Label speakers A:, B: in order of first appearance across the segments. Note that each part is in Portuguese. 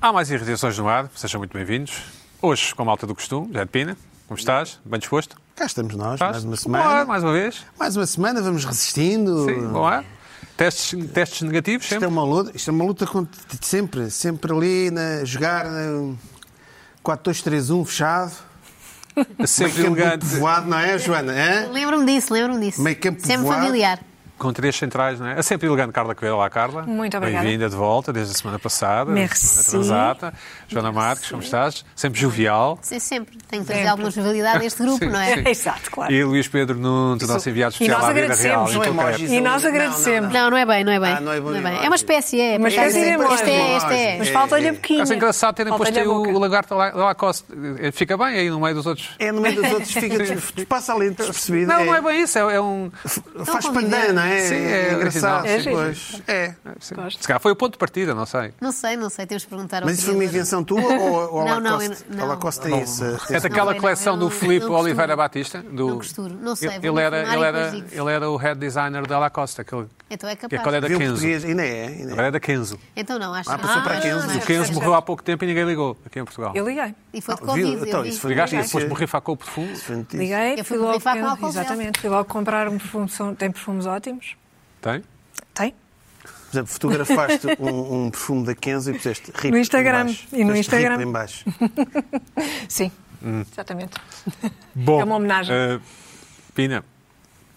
A: Há mais irradiações no ar, sejam muito bem-vindos. Hoje, com a malta do costume, Zé de Pina, como estás? Bem disposto?
B: Cá estamos nós,
A: Estás?
B: mais uma
A: Bom ar,
B: semana.
A: mais uma vez.
B: Mais uma semana, vamos resistindo.
A: Sim, bom ar. Testes, testes negativos
B: Isto é
A: sempre?
B: uma luta, isto é uma luta contra, de sempre, sempre ali, na, jogar na 4-2-3-1 fechado. um
A: Sempre
B: Meio campo
A: elegante.
B: povoado, não é, Joana? Hã?
C: Lembro-me disso, lembro-me disso.
B: Meio campo
C: Sempre
B: voado.
C: familiar.
A: Com três centrais, não é? É sempre elegante Carla Quevedo. Olá, Carla.
D: Muito obrigada.
A: Bem-vinda de volta desde a semana passada.
D: Merci.
A: Semana transata. Joana Marques, como estás? Sempre jovial.
C: Sim, sempre. Tenho que trazer
D: Sempre.
C: alguma jovialidade a este grupo,
A: Sim,
C: não é?
A: sim.
D: Exato, claro.
A: E Luís Pedro Nunes, o nosso enviado
D: E
A: especial
D: nós
A: à vida real.
D: agradecemos. é,
B: é
A: em Tucumã.
D: E nós agradecemos.
C: Não, não é bem, não é bem.
B: Ah, não é bom
C: não é,
B: nem
C: bem.
B: mal.
C: é uma espécie, é.
D: Uma espécie de emoji.
C: Este é, este é.
D: Mas falta-lhe a boquinha.
A: Acho engraçado terem posto aí
D: Falta-lhe um a
A: o
D: boca.
A: lagarto da Lacoste. Fica bem aí no meio dos outros.
B: É no meio dos outros, fica, passa ali despercebido.
A: Não, não é bem isso. É, é um.
B: Faz
C: Não conviver.
B: pandan, não é?
A: Sim, é
B: engraçado.
A: original,
D: sim.
B: pois. É.
A: Sim.
D: Gosto.
A: Se calhar foi o ponto de partida, não sei.
C: Não sei, não sei, temos de perguntar ao
B: Mas isso foi uma
C: criador.
B: invenção tua ou, ou a
C: Não, não,
B: Lacoste?
C: eu não-
B: A Lacoste é isso.
A: É daquela
C: não,
A: coleção
C: não,
A: do Filipe
C: não costuro.
A: Oliveira Batista. Do...
C: Não costuro, não sei,
A: Ele,
C: vou
A: ele era,
C: informar
A: ele,
C: e
A: era,
C: depois digo.
A: ele era o head designer da Lacoste. Aquele...
C: Então é capaz.
A: Que agora é da
B: Viu
A: Kenzo.
B: português? Ainda é. Ainda
A: Agora é da Kenzo.
C: Então não, acho
B: Ah, passou para
C: mas-
B: Kenzo.
A: O
B: Sim,
A: Kenzo morreu há pouco tempo e ninguém ligou aqui em Portugal.
D: Eu liguei.
C: E foi de
B: Ah,
C: Covid.
B: viu?
C: eu
B: Então,
C: vi.
B: isso foi
A: Ligaste e
D: Liguei.
A: depois borrifar com o perfume.
B: é.
D: Liguei,
C: Eu fui
D: fui
C: com
D: logo.
C: rifar com
D: eu-
C: álcool gel.
D: exatamente, fui logo comprar um perfume. são- Tem perfumes ótimos?
A: Tem?
D: Tem.
B: Por exemplo, fotografaste um, um perfume da Kenzo e puseste RIP
D: No Instagram.
B: em baixo.
D: E no
B: Puseste
D: Instagram.
B: RIP em baixo.
D: Sim.
B: Hum.
D: Exatamente.
A: Bom,
D: É uma homenagem.
A: eh, Pina,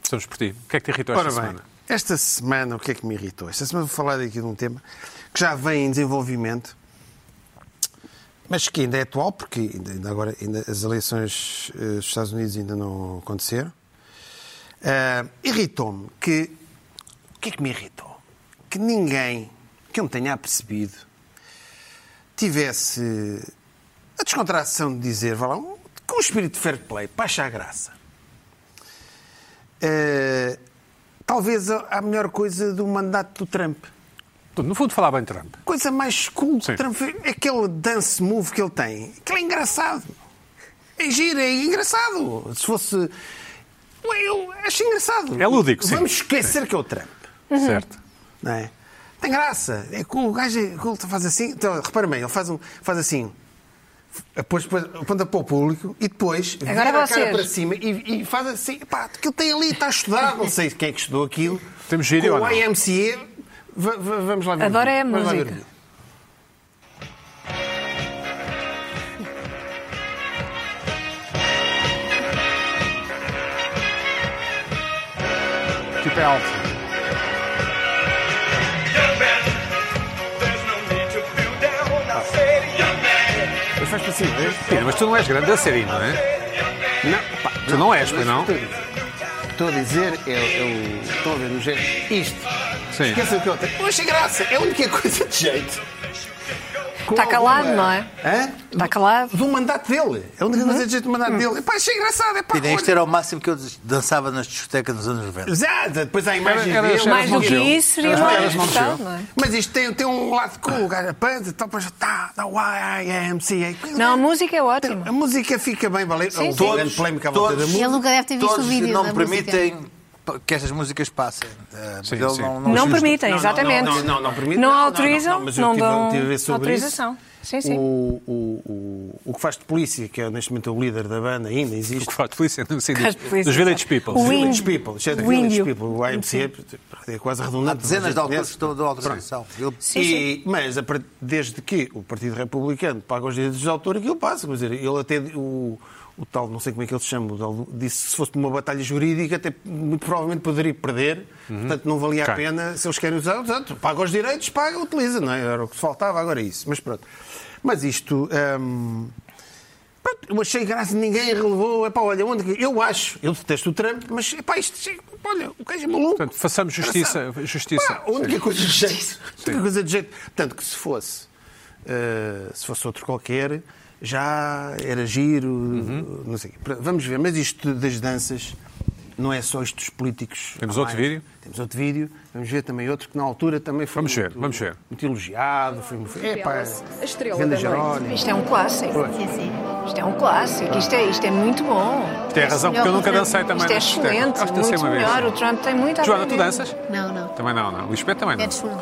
A: estamos por ti. O que é que te irritou
B: Ora
A: esta
B: bem,
A: semana?
B: esta semana o que é que me irritou? Esta semana vou falar aqui de um tema que já vem em desenvolvimento, mas que ainda é atual, porque ainda, ainda agora ainda as eleições eh, dos Estados Unidos ainda não aconteceram. Ah, irritou-me que. O que é que me irritou? Que ninguém que eu me tenha apercebido tivesse a descontração de dizer, vá lá, um- com um espírito de fair play, para achar graça. Eh, talvez a, a melhor coisa do mandato do Trump.
A: No fundo, falar bem de Trump.
B: Coisa mais cool
A: Sim.
B: do Trump foi aquele dance move que ele tem. Aquilo é engraçado. É giro, é engraçado. Se fosse. Ué, eu acho engraçado.
A: É lúdico, sim.
B: Vamos esquecer que é o Trump.
D: Uhum.
A: Certo.
B: Não é? Tem graça. É cool. O gajo é cool, faz assim. Então, repara bem, ele faz, um, faz assim. Depois, depois aponta para o público e depois
D: Agora
B: vira a
D: vocês.
B: cara para cima e, e faz assim. Pá, aquilo tem ali, está estudado. Não sei quem é que estudou aquilo.
A: Temos vídeo
B: Com
A: ou não?
B: o IMCA. Va- va- vamos lá ver. o
D: Adoro
B: vídeo.
D: é a
B: Vamos lá ver o
D: música.
B: vídeo.
A: Tipo é alto.
E: Young man, there's no need to feel down. I said, young man,
B: Ele faz para cima.
A: Pina, mas tu não és grande dançarino, não é?
B: Não, pá,
A: Tu não és, pois não?
B: Estou a dizer- Estou a dizer, eu, eu estou a ver no jeito. Isto.
A: Sim.
B: Esqueça o que eu tenho. Poxa, graça. É a única coisa de jeito. Com
D: Está calado,
B: alguma-
D: não é?
B: Hã?
D: Está calado?
B: do um mandato dele. É a
D: Uhum.
B: única coisa de jeito do mandato dele. Pá, achei engraçado. É pá,
F: Pina, isto era o máximo que eu dançava nas discotecas nos anos 90.
B: Exato, depois há a imagem
A: Era- era-
B: dele. um
A: era
D: Mais do que
A: Montiel.
D: isso, seria
A: As
D: mais
A: mulheres Montiel.
D: gostado, não é?
B: Mas isto tem, tem um lado cool, o gajo apanha, então depois tá, dá o IMCA.
D: Não, a música é
B: A
D: ótima.
B: música fica bem, valeu.
D: Sim,
B: Houve
D: sim.
B: uma grande polémica à volta da
F: todos-
C: Ele
B: música.
C: nunca deve ter visto
F: Todos
C: o vídeo
F: não
C: da
F: permitem
C: música.
F: p- que estas músicas passem. Ah, mas
A: Sim,
F: ele
A: sim.
F: Não, não,
D: Não
F: os-
D: permitem,
B: não, não,
D: exatamente.
B: não, não, não permitem.
D: Não
B: Não, não,
D: autorizam,
B: não, mas eu
D: não
B: tive-
D: dão
B: tive a ver sobre
D: autorização. Sim, sim.
B: O, o, o, o que faz de polícia, que é neste momento o líder da banda, ainda existe.
A: Que faz de Tipo, polícia, não sei
D: Faz
A: disso.
D: de polícia,
A: Dos Village
D: claro.
A: People.
D: O
A: Sim.
B: Village
D: índio.
B: People, chefe
D: O
B: Village
D: índio.
B: People, o IMCA, é quase redundante.
F: Há dezenas de
B: mas a gente
F: autores
B: conhece.
F: que dão autorização. Ele-
D: Sim,
B: E- Mas a par- desde que o Partido Republicano paga os direitos de autor, aquilo passa. Quer dizer, ele até. O, o tal, não sei como é que ele se chama, o tal, disse que se fosse uma batalha jurídica, até muito provavelmente poderia perder. Portanto, não valia
A: Ok.
B: a pena se eles querem usar. Portanto, paga os direitos, paga, utiliza. Não é? Era o que faltava, agora é isso. Mas pronto. Mas isto. hum, Pronto, eu achei graça, ninguém relevou. Epá, olha, onde que- eu acho, eu detesto o Trump, mas epá, isto, chega- olha, o gajo é maluco.
A: Portanto, façamos justiça.
B: Engraçado.
A: justiça.
B: Pá, a única coisa de jeito. A única coisa de jeito. Portanto, que se fosse, eh, se fosse outro qualquer, já era giro,
A: Uhum.
B: não sei o quê. Pronto, Vamos ver, mas isto das danças não é só isto dos políticos.
A: Temos
B: Há
A: outro vídeo?
B: Temos outro vídeo, vamos ver também outro que na altura também foi
A: Vamos ver,
B: muito,
A: vamos ver.
B: muito elogiado. Foi, foi, epá,
G: A estrela
B: grande
G: da noite.
B: Jerónimo.
D: Isto é um clássico.
C: Sim, sim.
D: Isto é um clássico. Isto é, isto é muito bom.
A: Tem razão, porque eu nunca dancei também.
D: Isto é
A: neste tempo.
D: excelente.
A: Acho que dancei
D: Muito
A: uma vez.
D: melhor. O é Trump tem muito a
A: Joana, tu
D: aprender.
A: danças?
C: Não, não.
A: Também não, não. Lisbeth também
C: É
A: não.
C: de chumbo.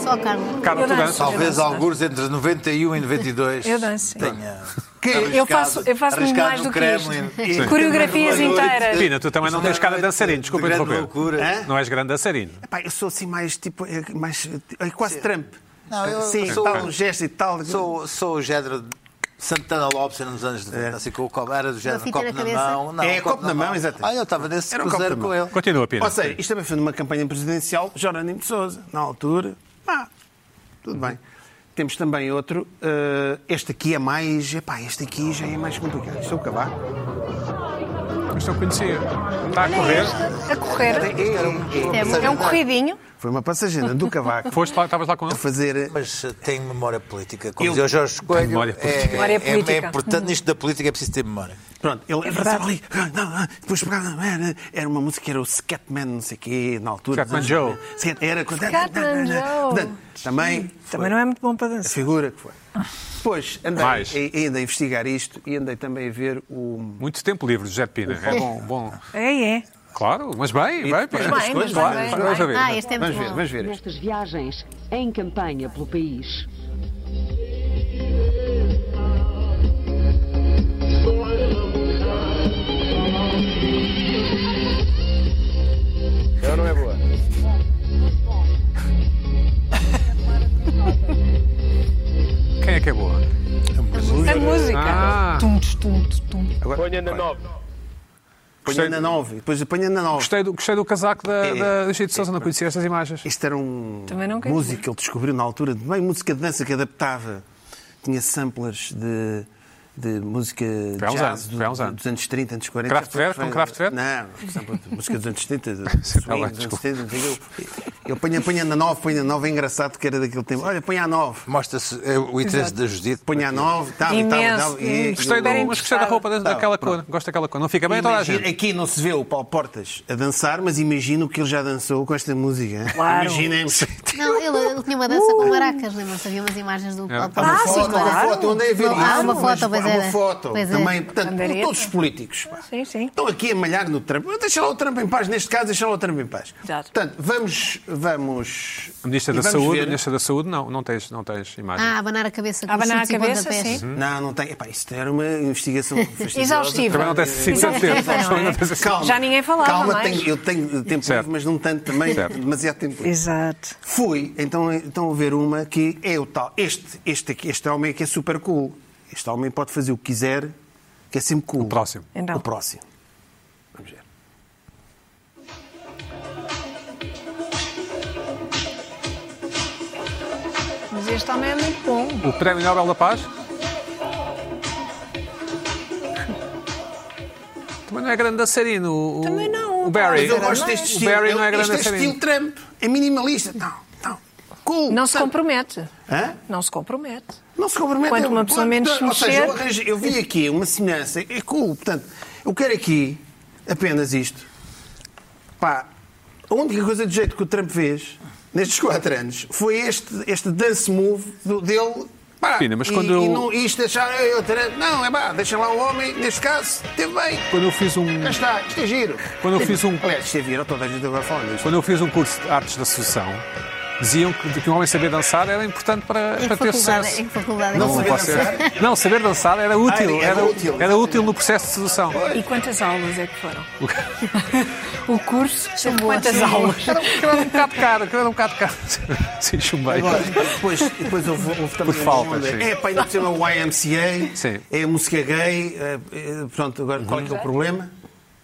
C: Só danço, ó Carla?
A: Carla,
D: Eu
A: tu
D: danço.
A: danças?
F: Talvez
D: Eu danço,
F: alguns entre 91 e 92
D: Eu danço, sim.
F: tenha
D: Eu faço, eu faço muito mais
F: arriscado
D: do
F: no
D: que
F: Kremlin.
D: isto. Coreografias inteiras.
A: Pina, tu também não tens cara de dançarino, desculpa
F: Grande
A: interromper.
F: loucura. Hã?
A: Não és grande dançarino.
B: Pá, eu sou assim mais tipo. é, Mais, é quase Trump.
F: Não, eu
B: Sim,
F: sou-
B: tal, um gesto e tal.
F: Sou, sou o género de Santana Lopes nos anos 90, assim com o copo, era do género
C: fita
F: copo
C: na
F: na,
C: cabeça?
F: mão. Não,
B: É, copo na mão, exatamente.
F: Ah, eu estava nesse
B: Era um copo
F: cruzeiro
B: na
F: com
B: mão.
F: ele.
A: Continua, Pina.
B: Ou seja, isto também foi numa campanha presidencial, Jerónimo de Souza, na altura. Ah, tudo bem. Temos também outro. eh, este aqui é mais. Epá, este aqui já é mais complicado. Isto é o cavar.
A: Isto eu conhecia. Está a correr.
D: A correr.
C: É muito
D: É um corridinho.
B: Foi uma passageira do Cavaco
A: Foste lá, estavas lá com ele?
B: a fazer.
F: Mas eh, tem memória política. Como
B: Eu-
F: dizia o Jorge Coelho,
A: Memória política.
F: É,
D: Memória
F: é- é
D: política.
F: importante nisto da política, é preciso ter memória.
B: Pronto, ele é ali. ah, Não, ah, depois pegava. ah, ah, Era uma música que era o Scatman, não sei o quê, na altura.
A: Scatman
B: dos
A: Joe.
B: anos 90. Era.
D: Scatman Joe.
B: Também.
D: Também não é muito bom para
B: a
D: dançar.
B: figura que foi. Depois andei,
A: Mais.
B: e- e andei a investigar isto e andei também a ver o.
A: Muito tempo livre, José de Pina. É bom, bom.
D: É, é.
A: Claro, mas bem, bem, Pina.
D: mas bem, mas
B: é?
A: Claro,
D: bem,
A: vamos
D: bem.
A: a ver.
C: Ah, este é muito
B: Vamos ver,
C: bom.
B: vamos ver.
G: Nestas viagens, em campanha pelo país.
H: Não, não é boa.
A: Quem é que é boa?
D: A é música.
A: Ah,
H: Ponha na 9.
B: Apanha na 9, depois apanha na 9.
A: gostei do, gostei do casaco da,
B: É,
A: da do Chico de Sousa, não conhecia estas imagens.
B: Isto era um
D: Também não quero
B: música que ele descobriu na altura, de bem música de dança que adaptava. Tinha samplers de, de música
A: Foi há uns
B: jazz
A: anos,
B: do-
A: foi há uns anos.
B: dos anos 30, anos 40.
A: Kraftwerk,
B: Foi-
A: com Kraftwerk?
B: Não, sample de música dos anos 30, de
A: Sim, tá
B: swing,
A: bem,
B: dos anos 70, não sei o quê. Ele apanha, apanha na 9, apanha na 9, é engraçado que era daquele tempo. Olha, apanha a 9,
F: Mostra-se eh, o interesse da Judite.
B: apanha a 9, tal e tal. e
D: Imenso,
B: tal,
D: hum.
B: e- é-
A: Gostei, do,
D: Bem
A: mas gostei da roupa da-
B: Tá,
A: daquela cor. Gosto daquela cor. Não fica bem a toda a
B: Imagina-
A: gente.
B: Aqui não se vê o Paulo Portas a dançar, mas imagino que ele já dançou com esta música.
D: Claro.
B: Imaginemos.
C: Não, ele, ele tinha uma dança com maracas, lembram-se? Havia umas imagens do
A: Ah,
C: Paulo
D: sim,
C: Portas com
D: claro.
C: maracas.
B: Uh! Uma foto, onde é ver isso?
C: Ah, uma
B: Mas,
C: foto, pois
B: pá,
C: é.
B: Uma foto.
C: Pois é.
B: Também, portanto,
D: Andareta.
B: todos os políticos. pá.
D: Sim, sim.
B: Estão aqui a malhar no Trump. Deixa lá o Trump em paz. Neste caso, deixa lá o Trump em paz.
D: Exato.
B: Portanto, vamos... vamos
A: A Ministra
B: e
A: da
B: vamos
A: Saúde,
B: ver-
A: a Ministra da Saúde, não, não tens, não tens imagens.
C: Ah, abanar a cabeça com
D: A Abanar a
C: chutes e
D: cabeça,
C: pontapés.
D: sim.
A: Hum?
B: Não, não tem. Epá, isto era uma investigação fastidiosa.
D: Exaustiva.
A: Também não tens sido tanto tempo.
D: Exato.
A: Não tens assim-
B: Calma.
D: Já ninguém falava
B: Calma,
D: mais.
B: tenho- eu tenho tempo
A: Certo.
B: livre, mas não tanto também,
A: Certo.
B: demasiado tempo livre.
D: Exato.
B: Fui então, então ver uma que é o tal. Este, este, aqui- este homem aqui é super cool. Este homem pode fazer o que quiser, que é sempre cool. O
A: próximo.
D: Então.
B: O próximo. Vamos ver.
D: Mas este homem é muito bom.
A: O Prémio Nobel da Paz? Também não é grande dançarino. o- o-
D: Também não,
A: O Barry.
B: Mas eu gosto deste
A: o
B: estilo.
A: Barry não é
B: Eu-
A: grande
B: este é estilo
A: dançarino.
B: Trump. É minimalista. Não, não. Cool.
D: Não se
B: Sabe?
D: compromete.
B: Hã?
D: Não se compromete.
B: Não se compromete.
D: Quanto
B: Eu-
D: uma pessoa menos se
B: Ou seja, eu,
D: mexer.
B: arranjo- eu vi aqui uma semelhança. É cool. Portanto, eu quero aqui apenas isto. Pá, a única coisa de jeito que o Trump fez nestes quatro anos foi este, este dance move do- dele. Pá,
A: Pina, mas
B: e,
A: quando eu-
B: e não, e isto achar, "Ei, o Trump, não, é pá, deixa lá o homem, neste caso, teve bem.
A: Quando eu fiz um,
B: Cá está, isto é giro.
A: Quando eu fiz um-
B: Aliás, isto é giro, toda a gente agora falando disto.
A: quando eu fiz um curso de artes da sucessão, diziam que, que um homem saber dançar era importante para,
C: Em que
A: para ter
C: faculdade?
A: sucesso.
C: Em que faculdade?
B: Não
C: Em que
B: saber
A: posso
C: faculdade?
A: ser. Não, saber dançar era útil.
B: Ah,
A: era,
B: era
A: útil.
B: útil.
A: era útil no processo de sedução.
D: E quantas aulas é que foram? o curso assim. são quantas
C: são
D: aulas?
A: Era, era um bocado caro, era um bocado caro. Sim, chumbei.
B: Agora, depois, depois houve, houve
A: Por
B: também uma
A: falta,
B: onda.
A: sim.
B: É, pá, ainda por cima o YMCA,
A: Sim.
B: é a música gay, é, é, pronto, agora qual é
D: Uhum.
B: que é o problema?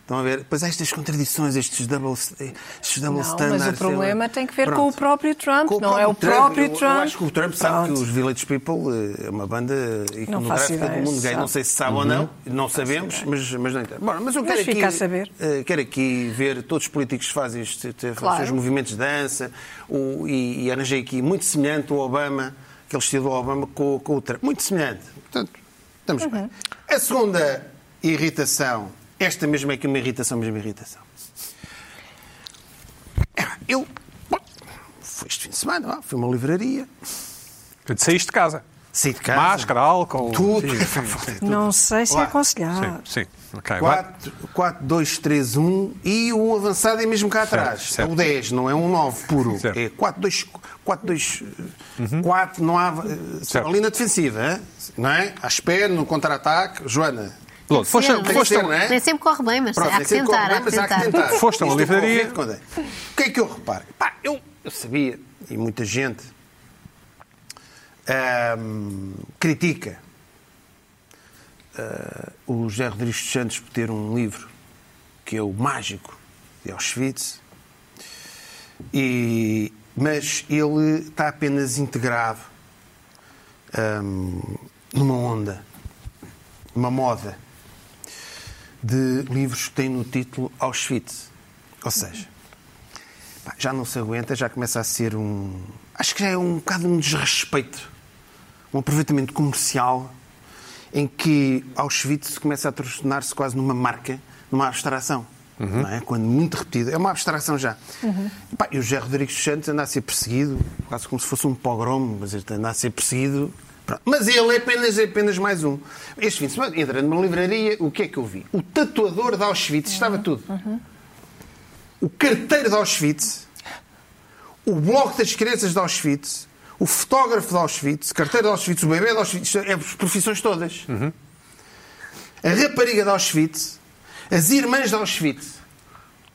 B: Estão a ver? Pois há estas contradições, estes double, eh, estes double
D: Não,
B: standards.
D: mas o
B: sei lá.
D: problema tem que ver
B: Pronto.
D: com o próprio Trump,
B: Com
D: não é o
B: Eu-
D: próprio Trump.
B: Eu, acho que o Trump sabe
D: Pronto.
B: que os Village People eh, é uma banda
D: faço
B: iconográfica
D: ideia,
B: do mundo gay.
D: sabe.
B: Não sei se sabe
A: Uhum.
B: ou não, não sabemos, mas, mas não entendo. Bom, mas eu
D: Mas
B: quero aqui,
D: fica a saber.
B: eh, quero aqui ver todos os políticos que fazem este, te-
D: Claro.
B: os seus movimentos de dança o- e, e arranjei aqui muito semelhante ao Obama, aquele estilo do Obama com, com o Trump. Muito semelhante. Portanto, estamos bem. A segunda irritação, esta mesmo é que é uma irritação, mesmo irritação. Eu. bom, Fui este fim de semana, lá, fui a uma livraria.
A: Portanto, Saíste de casa.
B: Sair de casa.
A: Máscara, álcool.
B: Tudo.
A: Sim, sim, sim.
D: Não sei se é
B: Olá. Ah.
D: aconselhado.
A: Sim, sim. Ok, vai.
B: 4, 4, 2, 3, 1 e o avançado é mesmo cá atrás.
A: certo.
B: É o 10, não é um 9 puro.
A: Certo.
B: É 4, 2, 4, 2, 4, não há.
A: Certo.
B: A linha defensiva, hein? não é? À espera, no contra-ataque. Joana.
A: Lourdes, foste,
C: Tem que ser,
A: foste a-
B: não é?
C: Nem sempre corre bem, mas há que
B: tem
C: tentar,
B: correr,
C: há que
B: mas
C: tentar.
A: Foste a uma
B: Isto é
A: livraria.
B: correr, quando é. O que é que eu reparo? Pá, eu, eu sabia, e muita gente ahm, critica ah, o José Rodrigues dos Santos por ter um livro que é o Mágico de Auschwitz, e, mas ele está apenas integrado ahm, numa onda, numa moda de livros que têm no título Auschwitz. Ou seja, pá, já não se aguenta, já começa a ser um. Acho que já é um bocado um desrespeito, um aproveitamento comercial em que Auschwitz começa a tornar-se quase numa marca, numa abstração. Não é? Quando muito repetido, é uma abstração já. Pá, e o José Rodrigues dos Santos anda a ser perseguido, quase como se fosse um pogrom, mas ele anda a ser perseguido. Pronto. Mas ele é apenas, é apenas mais um. Este fim de semana, entrando numa livraria, o que é que eu vi? O tatuador de Auschwitz, estava tudo o carteiro de Auschwitz, o bloco das crianças de Auschwitz, o fotógrafo de Auschwitz, o carteiro de Auschwitz, o bebê de Auschwitz, é as profissões todas.
A: Uhum.
B: A rapariga de Auschwitz, as irmãs de Auschwitz.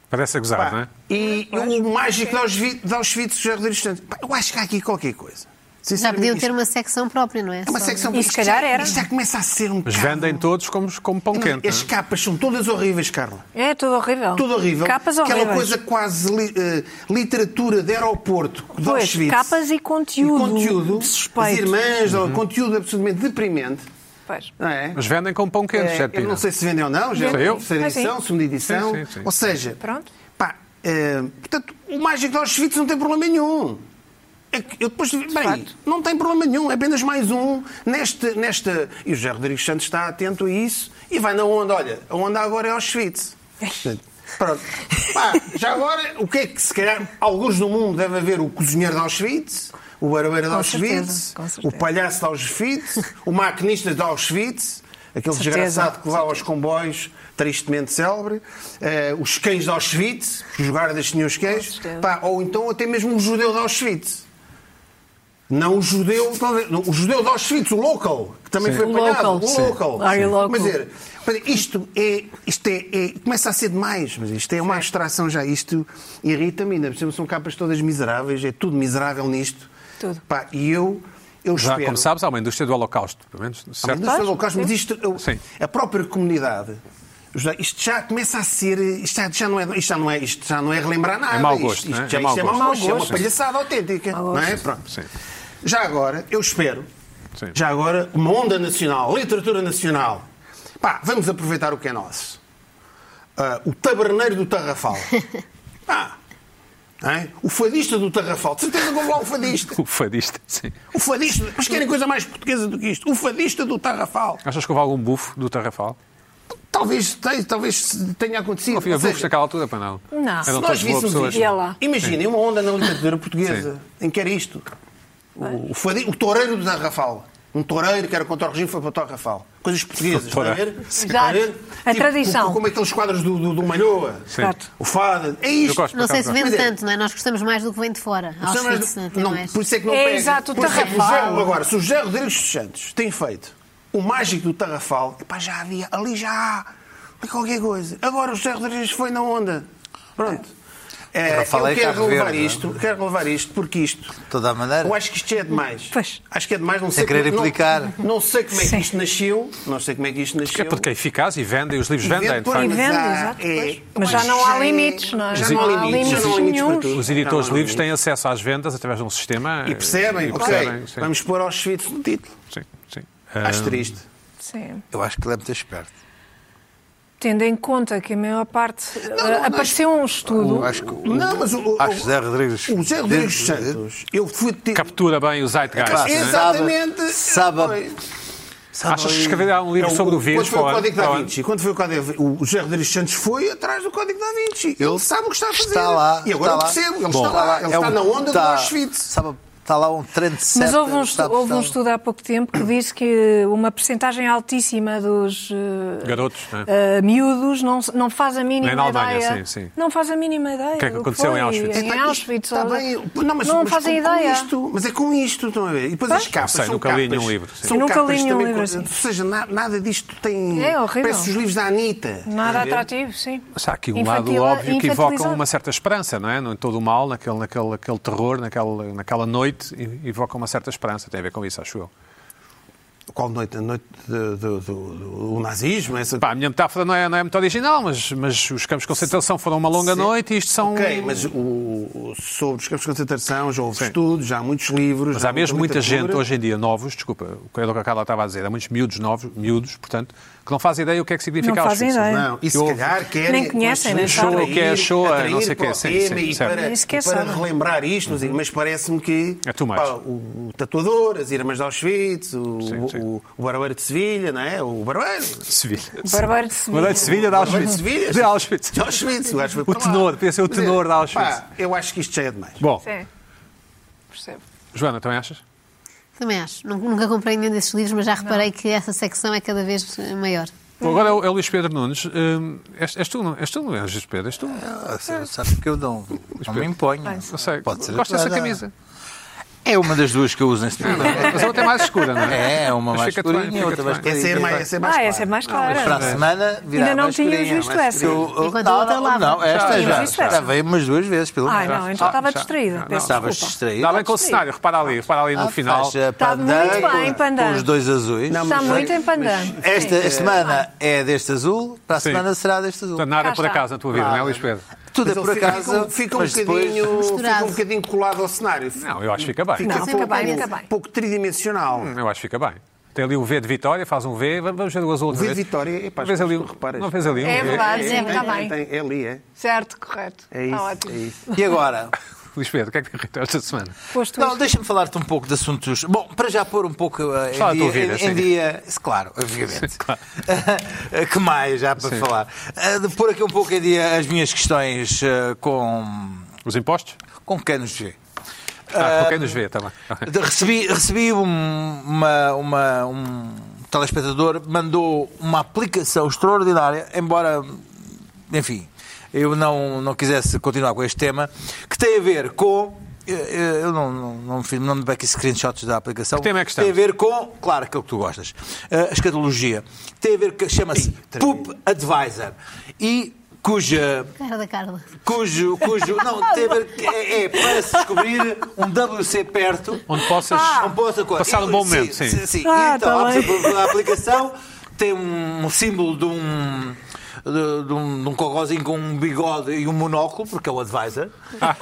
A: Parece a gozar, não é?
B: Pá, E o mágico de Auschwitz, de Auschwitz José Rodrigues Santos. Pá, Eu acho que há aqui qualquer coisa.
C: Já podiam
B: Sinceramente,
C: ter uma secção própria, não é?
B: isto- uma secção
D: E se
B: isto
D: calhar
B: já-
D: era.
B: Isto já começa a ser um
A: Mas
B: bocado-
A: vendem todos como, como pão
B: Não,
A: quente.
B: As
A: não é?
B: capas são todas horríveis, Carla.
D: É tudo horrível.
B: Tudo horrível.
D: Capas
B: Aquela
D: horríveis.
B: coisa quase li- eh, literatura de aeroporto de
D: Pois,
B: Auschwitz.
D: capas e conteúdo
B: E conteúdo.
D: suspeito.
B: As irmãs, ou conteúdo absolutamente deprimente.
D: Pois.
B: Não é?
A: Mas vendem como pão quente,
B: Eh,
A: Zé
B: eu
A: Pina.
B: não sei se vendem ou não, já é
A: Sei eu.
B: terceira
D: Ah, sim.
B: edição, segunda edição.
A: Sim, sim, sim.
B: Ou seja,
D: Pronto.
B: pá, eh, portanto, o mágico de Auschwitz não tem problema nenhum. É que Eu depois, bem,
D: facto.
B: não tem problema nenhum, é apenas mais um neste, nesta. E o José Rodrigues Santos está atento a isso e vai na onda. Olha, a onda agora é Auschwitz. Portanto, Pronto. Pá, já agora, o que é que se calhar, alguns no mundo deve haver o cozinheiro de Auschwitz, o barbeiro de
D: Com
B: Auschwitz,
D: certeza, com
B: o
D: certeza.
B: palhaço de Auschwitz, o maquinista de Auschwitz, aquele
D: Certeza.
B: desgraçado que levava aos comboios, tristemente célebre, eh, os cães de Auschwitz, os guardas tinham os cães,
D: certeza.
B: pá, ou então até mesmo o judeu de Auschwitz. Não o judeu, talvez, não, o judeu de Auschwitz, o local, que também foi
D: O
B: apanhado,
D: local,
B: o
D: sim.
B: local.
D: Are you
B: Sim.
D: local?
B: Mas é, quer dizer, isto é, isto é, é- começa a ser demais, mas isto é uma abstração já, isto irrita-me ainda, por exemplo, são capas todas miseráveis, é tudo miserável nisto.
D: Tudo.
B: Pá, e eu, eu
A: Já,
B: espero...
A: como sabes, há uma indústria do Holocausto, pelo menos.
B: Há
A: Certo?
B: muitas pessoas locais, mas isto, eu-
A: Sim.
B: a própria comunidade, José, isto já começa a ser, isto já, já não, é, isto já não é, isto já não é relembrar nada.
A: mau
B: Isto-
A: gosto,
B: isto,
A: não é?
B: já-
A: É
B: isto
A: mau
B: é mau
A: gosto.
B: gosto, é uma
A: Sim.
B: palhaçada autêntica, não é? Pronto.
A: Sim.
B: Já agora, eu espero,
A: Sim.
B: já agora, uma onda nacional, literatura nacional. Pá, vamos aproveitar o que é nosso. Ah, o taberneiro do Tarrafal. Pá, não é? O fadista do Tarrafal. De certeza que houve lá um fadista.
A: O fadista, sim.
B: O fadista, mas querem coisa mais portuguesa do que isto. O fadista do Tarrafal.
A: Achas que houve algum bufo do Tarrafal?
B: Talvez, tenha- talvez tenha acontecido.
A: Não havia
B: Ou seja,
A: bufos naquela altura, para não.
D: Não.
A: Eram
B: se
D: Se
A: todas
B: nós
A: boas
B: víssemos
A: pessoas.
D: isto-
B: isto,
D: Ia lá.
B: imaginem uma onda na literatura portuguesa em que era isto. O, o, fadi- o toureiro do Tarrafal. Um toureiro que era contra o regime foi para o Tarrafal. Coisas portuguesas, está a ver?
A: Toureiro.
B: Está a ver? Tipo,
D: Exato. A tradição.
B: Como aqueles quadros do, do, do Malhoa.
A: Sim.
D: Exato.
B: O Fada. É
A: Eu
B: isto.
A: gosto, por
C: Não sei
A: acaso,
C: se vende
B: Quer dizer,
C: tanto, não é? Nós gostamos mais do que vem de fora.
B: Não, mas
C: Auschwitz, não é? Tem
B: não-
C: mais.
B: por isso é que não
D: É,
B: pega.
D: exato, o
B: Por isso é que o Zé-
D: Tarrafal.
B: Agora, se o José Rodrigues dos Santos tem feito o mágico do Tarrafal, epá, já havia, ali já há ali qualquer coisa. Agora o José Rodrigues foi na onda. Pronto. É,
F: Tarrafal é
B: eu quero
F: carro
B: relevar
F: verde,
B: isto, quero relevar isto, porque isto. De
F: toda a maneira.
B: Eu acho que isto já é demais.
D: Pois.
B: Acho que é demais, não sei.
F: querer
B: como- não-
F: implicar.
B: Não, sei como é que
D: Sim.
B: isto nasceu, não sei como é que isto
A: Que é
B: nasceu.
A: porque é eficaz e vendem, os livros
B: E
A: vendem,
B: vende
A: de
B: por-
D: E
A: facto.
B: mas
D: vende,
B: há-
D: exato.
B: é-
D: pois.
B: eu
D: Mas já
B: acho
D: não
B: que
D: há
B: já é-
D: limites, não é?
B: já não há limites, já não há limites para
D: nenhuns.
B: tudo.
A: Os editores
B: Não, não,
A: de livros
B: não.
A: têm acesso às vendas através de um sistema.
B: E percebem,
A: e
B: ok.
A: percebem, sim. Ah,
B: Vamos pôr Auschwitz no título.
A: Sim, sim. Eh,
B: Acho triste.
D: Sim.
F: Eu acho que ele é muito esperto.
D: Tendo em conta que a maior parte. eh, apareceu um estudo.
F: Eu acho que o-
B: Não, mas o, o,
F: acho que Zé Rodrigues.
B: o Zé Rodrigues dos
F: Dentro-
B: Santos, eu fui ter...
A: Captura bem o Zeitgeist.
F: Claro.
A: não é?
F: Exato.
B: Exatamente.
F: Sabe-
B: Foi.
F: sabe
A: Achas que
F: ali-
A: escreverá um livro
B: É,
A: sobre o
B: Quando
A: vírus?
B: foi o
A: para o ano?
B: Código da
A: Para o ano?
B: Vinci? Quando foi o Código da Vinci? O José Rodrigues Santos foi atrás do Código da Vinci. Ele, sabe o que está a fazer.
F: Está lá.
B: E agora
F: está
B: eu
F: lá.
B: percebo. Ele
F: Bom,
B: está lá. Ele
F: é
B: está
F: um-
B: na onda do
F: está-
B: Auschwitz.
F: Sabe, Está lá um trend set.
D: Mas houve um,
F: está-
D: estu- houve um
F: está-
D: estudo há pouco tempo que diz que uma percentagem altíssima dos eh,
A: Garotos, né?
B: é?
D: eh, miúdos não, se- não faz a mínima
A: Nem na Alemanha,
D: ideia.
A: sim, sim.
D: Não faz a mínima ideia.
A: que é que
D: do
A: aconteceu
D: foi
A: em Auschwitz?
D: Em
B: Epá, isto
D: Auschwitz.
B: está
D: ou-
B: tá bem. Não, mas,
D: não
B: mas
D: fazem
B: com- com
D: ideia.
B: isto, mas é com isto, estão a ver? E depois as capas.
A: sei,
B: são
A: nunca li
B: capas,
A: nenhum livro, sim.
B: São
D: Eu nunca
B: capas
D: li nenhum
B: também
D: livro
B: com-
D: assim.
B: Ou seja, na- nada disto tem.
D: É horrível.
B: Parece os livros da Anitta.
D: Nada atrativo, sim.
A: Mas há aqui um
D: Infantil-
A: lado óbvio que evoca
D: infantilizado.
A: uma certa esperança, não é? No, em todo o mal, naquele, naquele, naquele terror, naquela, naquela noite, e- evoca uma certa esperança. Tem a ver com isso, acho eu.
B: Qual noite? A noite do, do- do- do nazismo? Essa...
A: Pá, a minha metáfora não é, não é muito original, mas, mas os campos de concentração foram uma longa
B: Sim.
A: noite e isto são.
B: Ok, mas o- o- sobre os campos de concentração já houve
A: Sim.
B: estudos, já há muitos livros.
A: Mas
B: já
A: há mesmo muita, gente
B: cultura.
A: hoje em dia, novos, desculpa, o que era o que a Carla estava a dizer, há muitos miúdos novos, miúdos, portanto, que não fazem ideia o que é que significa
D: Não fazem
A: Auschwitz.
D: ideia.
B: Não, e se
A: Eu-
B: calhar querem.
D: Nem conhecem, né? nem
B: atrair-
D: sabem.
A: Show, que é show, é,
B: atrair
A: não sei o quê,
B: para
A: sim,
B: tema
A: sim,
B: e
A: certo.
B: para,
D: Nem sequer
B: e para
D: sabem.
B: relembrar isto, não sei, mas parece-me que.
A: É too much.
B: o, o tatuador, as irmãs de Auschwitz, o,
A: Sim, sim.
B: o, o barbeiro de Sevilha, não é? O barbeiro.
A: Sevilha.
D: Barbeiro de Sevilha.
A: Barbeiro de Sevilha de Auschwitz.
B: de Sevilha.
A: De Auschwitz.
B: De Auschwitz, o gajo foi
A: O
B: para lá.
A: tenor, podia ser o
B: Quer dizer,
A: tenor de Auschwitz.
B: pá, eu acho que isto já é demais.
A: Bom,
D: Sim. Percebo.
A: Joana, também achas?
C: Também acho. Nu- Nunca comprei nenhum desses livros, mas já reparei que essa secção é cada vez maior.
A: Bom, agora é o, é o Luís Pedro Nunes. Hum, és, és tu, não? És tu, não és Luís Pedro? És tu?
F: Ah, você Sabe que eu não, não me imponho.
A: Não sei.
F: Pode ser.
A: Gosto dessa
F: Não, não.
A: camisa.
F: É uma das duas que eu uso neste programa.
A: Mas a outra é mais escura, não é?
F: É, uma
A: Mas
F: mais
A: fica-te bem,
F: escurinha, outra
A: fica-te
F: mais
A: bem.
B: Essa é mais,
F: escurinha.
B: essa é mais
D: Ah, essa
B: clara.
D: é mais
F: Mas para a
D: clara.
F: semana virá
D: Ainda não
F: mais
D: tínhamos
F: escurinha.
D: visto
F: Mais
D: essa.
F: escurinha. Eu- eu-
C: Enquanto a
F: Não,
C: outra
F: não,
C: lava.
F: não, esta
D: Tínhamos
F: já.
D: visto essa.
F: Já veio umas duas vezes, pelo
D: Ah,
F: menos.
D: não, então estava
A: já.
D: distraída. peço
F: Estavas
D: desculpa.
F: distraído.
A: Dá bem com o cenário, repara ali, repara ali
F: Ah,
A: no final.
F: faixa
D: Está muito
F: pandan
D: bem,
F: com-
D: pandan.
F: Com os dois azuis.
D: Está muito em pandan.
F: Esta semana é deste azul, para a
A: Sim. Então,
F: semana será deste azul.
A: Portanto, nada
D: Cá
A: por
D: está.
A: acaso na tua vida, não é, Luís Pedro?
F: Tudo é
B: Mas
F: por
B: ele fica-
F: acaso.
B: Fica um,
F: mas depois-
B: bocadinho, fica
C: Misturado.
B: um bocadinho colado ao cenário.
A: Não, eu acho que fica bem.
B: Fica
D: Não,
B: pouco,
D: fica bem, fica bem.
B: pouco tridimensional.
A: Eu acho que fica bem. Tem ali o V de Vitória, faz um V, vamos vamos ver o azul outra
B: V de
A: vez.
B: Vitória, epá,
A: Não fez ali um,
B: reparas.
A: não fez ali um
D: É
A: V.
D: verdade.
B: é,
D: está
B: é,
D: bem.
B: é, é ali, é.
D: Certo, correto.
B: É
D: Está
B: isso,
D: ótimo.
B: é isso.
F: E agora?
A: Luís Pedro, o que é que tem feito esta semana?
D: Posto
F: Não,
D: isto.
F: deixa-me falar-te um pouco de assuntos. Bom, para já pôr um pouco uh, em,
A: Fala a tua
F: dia,
A: vida,
F: em-
A: sim.
F: em dia- Claro, obviamente.
A: claro.
F: Uh, que mais já para
A: Sim.
F: falar? Uh, de pôr aqui um pouco em dia as minhas questões uh, com,
A: Os impostos?
F: com quem nos vê.
A: Ah, com quem nos vê, está bem.
F: De- Recebi, recebi um, uma, uma- um telespectador, mandou uma aplicação extraordinária, embora, enfim, eu não, não quisesse continuar com este tema, que tem a ver com. eh, eh, Eu não, não, não, fiz, não me dei aqui screenshots da aplicação.
A: Que tema é que
F: tem a
A: estamos?
F: ver com, claro, aquilo que tu gostas, eh, a escatologia. Tem a ver com, chama-se Poop Advisor e cuja
C: Cara da Carla.
F: cujo, cujo, não, tem a ver, é, é para se descobrir um WC perto.
A: Onde possas
F: onde possa coisa.
A: passar um bom momento, sim.
D: Ah,
F: E então,
D: tá
F: a,
D: bem.
F: pessoa- a aplicação tem um símbolo de um... De, de um, de um cogozinho com um bigode e um monóculo, porque é o advisor,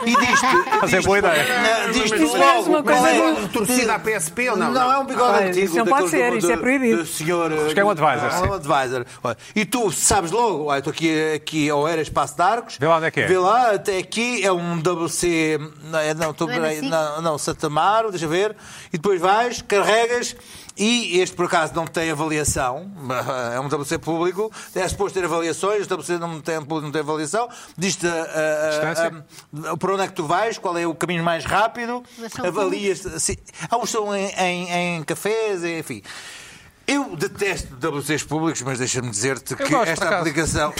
F: e diz-te.
A: Mas é boa ideia.
F: na- Diz-te
D: Mas parece uma
F: logo. qual
D: coisa
F: é-
D: de-
B: Torcida à PSP ou não?
F: não, é um bigode
D: Ah,
F: antigo.
D: isso não pode
F: daquele
D: ser, isso é
F: do-
D: proibido.
F: do senhor,
A: Acho que é um advisor,
F: Ah,
A: sim.
F: um advisor. Olha, E tu sabes logo, olha, estou aqui, aqui ou era Espaço de Arcos.
A: Vê lá onde é que é.
F: Vê lá, até aqui é um WC. Não, é- não, estou
C: Não é
F: peraí,
C: assim?
F: não, não, Santa Amaro, deixa ver. E depois vais, carregas. E este, por acaso, não tem avaliação, é um WC público, é suposto ter avaliações, este WC não tem, não tem avaliação, diz-te ah, ah, ah, por onde é que tu vais, qual é o caminho mais rápido,
C: Mas são
F: avalia Sim, há uns são em, em- em cafés, enfim. Eu detesto WCs públicos, mas deixa-me dizer-te que
A: gosto, por
F: esta
A: acaso.
F: aplicação.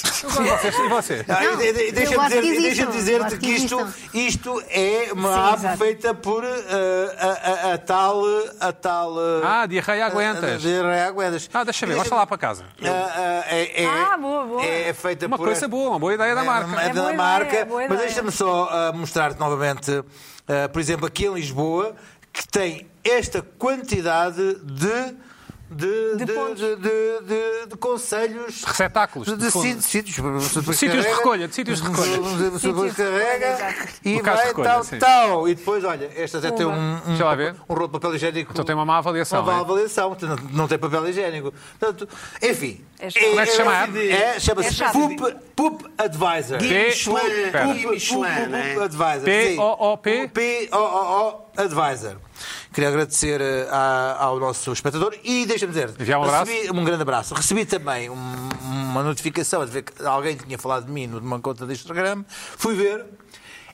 A: E você?
F: Ah,
C: Não,
F: de- de-
C: eu
F: Deixa-me
C: gosto que
F: dizer, deixa-me
C: existam,
F: dizer-te
C: gosto
F: que
C: que
F: isto, isto é uma
D: Sim,
F: app
D: exato.
F: feita por ah, a, a- a tal. A tal eh,
A: Ah, diarreia aguentas.
F: diarreia aguentas.
A: Ah, deixa ver, vais lá para casa.
F: Ah, ah, é, é-
D: Ah, boa, boa.
F: É feita
A: Uma
F: por
A: coisa boa, uma boa ideia da marca.
F: é
D: É boa
F: da
D: ideia,
F: marca,
D: é boa
F: mas
D: ideia.
F: deixa-me só ah, mostrar-te novamente, ah, por exemplo, aqui em Lisboa, que tem esta quantidade de. De, de,
D: pontos.
F: de, de- de- de conselhos.
A: Receptáculos,
F: De, de
A: de fundo.
F: sítios. sítios
A: Sítios de recolha, de sítios de recolha.
F: Depois
D: Sítios de
F: carrega
D: recolha, exato.
F: e
A: Locais de
F: vai
A: recolha,
F: tal,
A: sim.
F: tal. E depois, olha, esta até tem um, um,
A: Deixa lá ver.
F: um rolo de papel higiênico.
A: Então tem uma má avaliação,
F: Uma má
A: é?
F: avaliação, portanto, não, não tem papel higiênico. Portanto, enfim.
D: É chato. Como
A: é que se chama a app?
F: É,
D: É
F: chama-se
D: chato.
F: Poop- Poop Advisor.
A: P- Pera.
B: Guia Michelin, não é?
F: Advisor.
A: P-
F: sim.
A: O- O- P?
F: P-O-O-O Advisor. Queria agradecer eh, à- ao nosso espectador e deixa-me dizer,
A: Enviar um abraço.
F: recebi um grande abraço. Recebi também um- uma notificação a dizer que alguém tinha falado de mim numa conta do Instagram. Fui ver.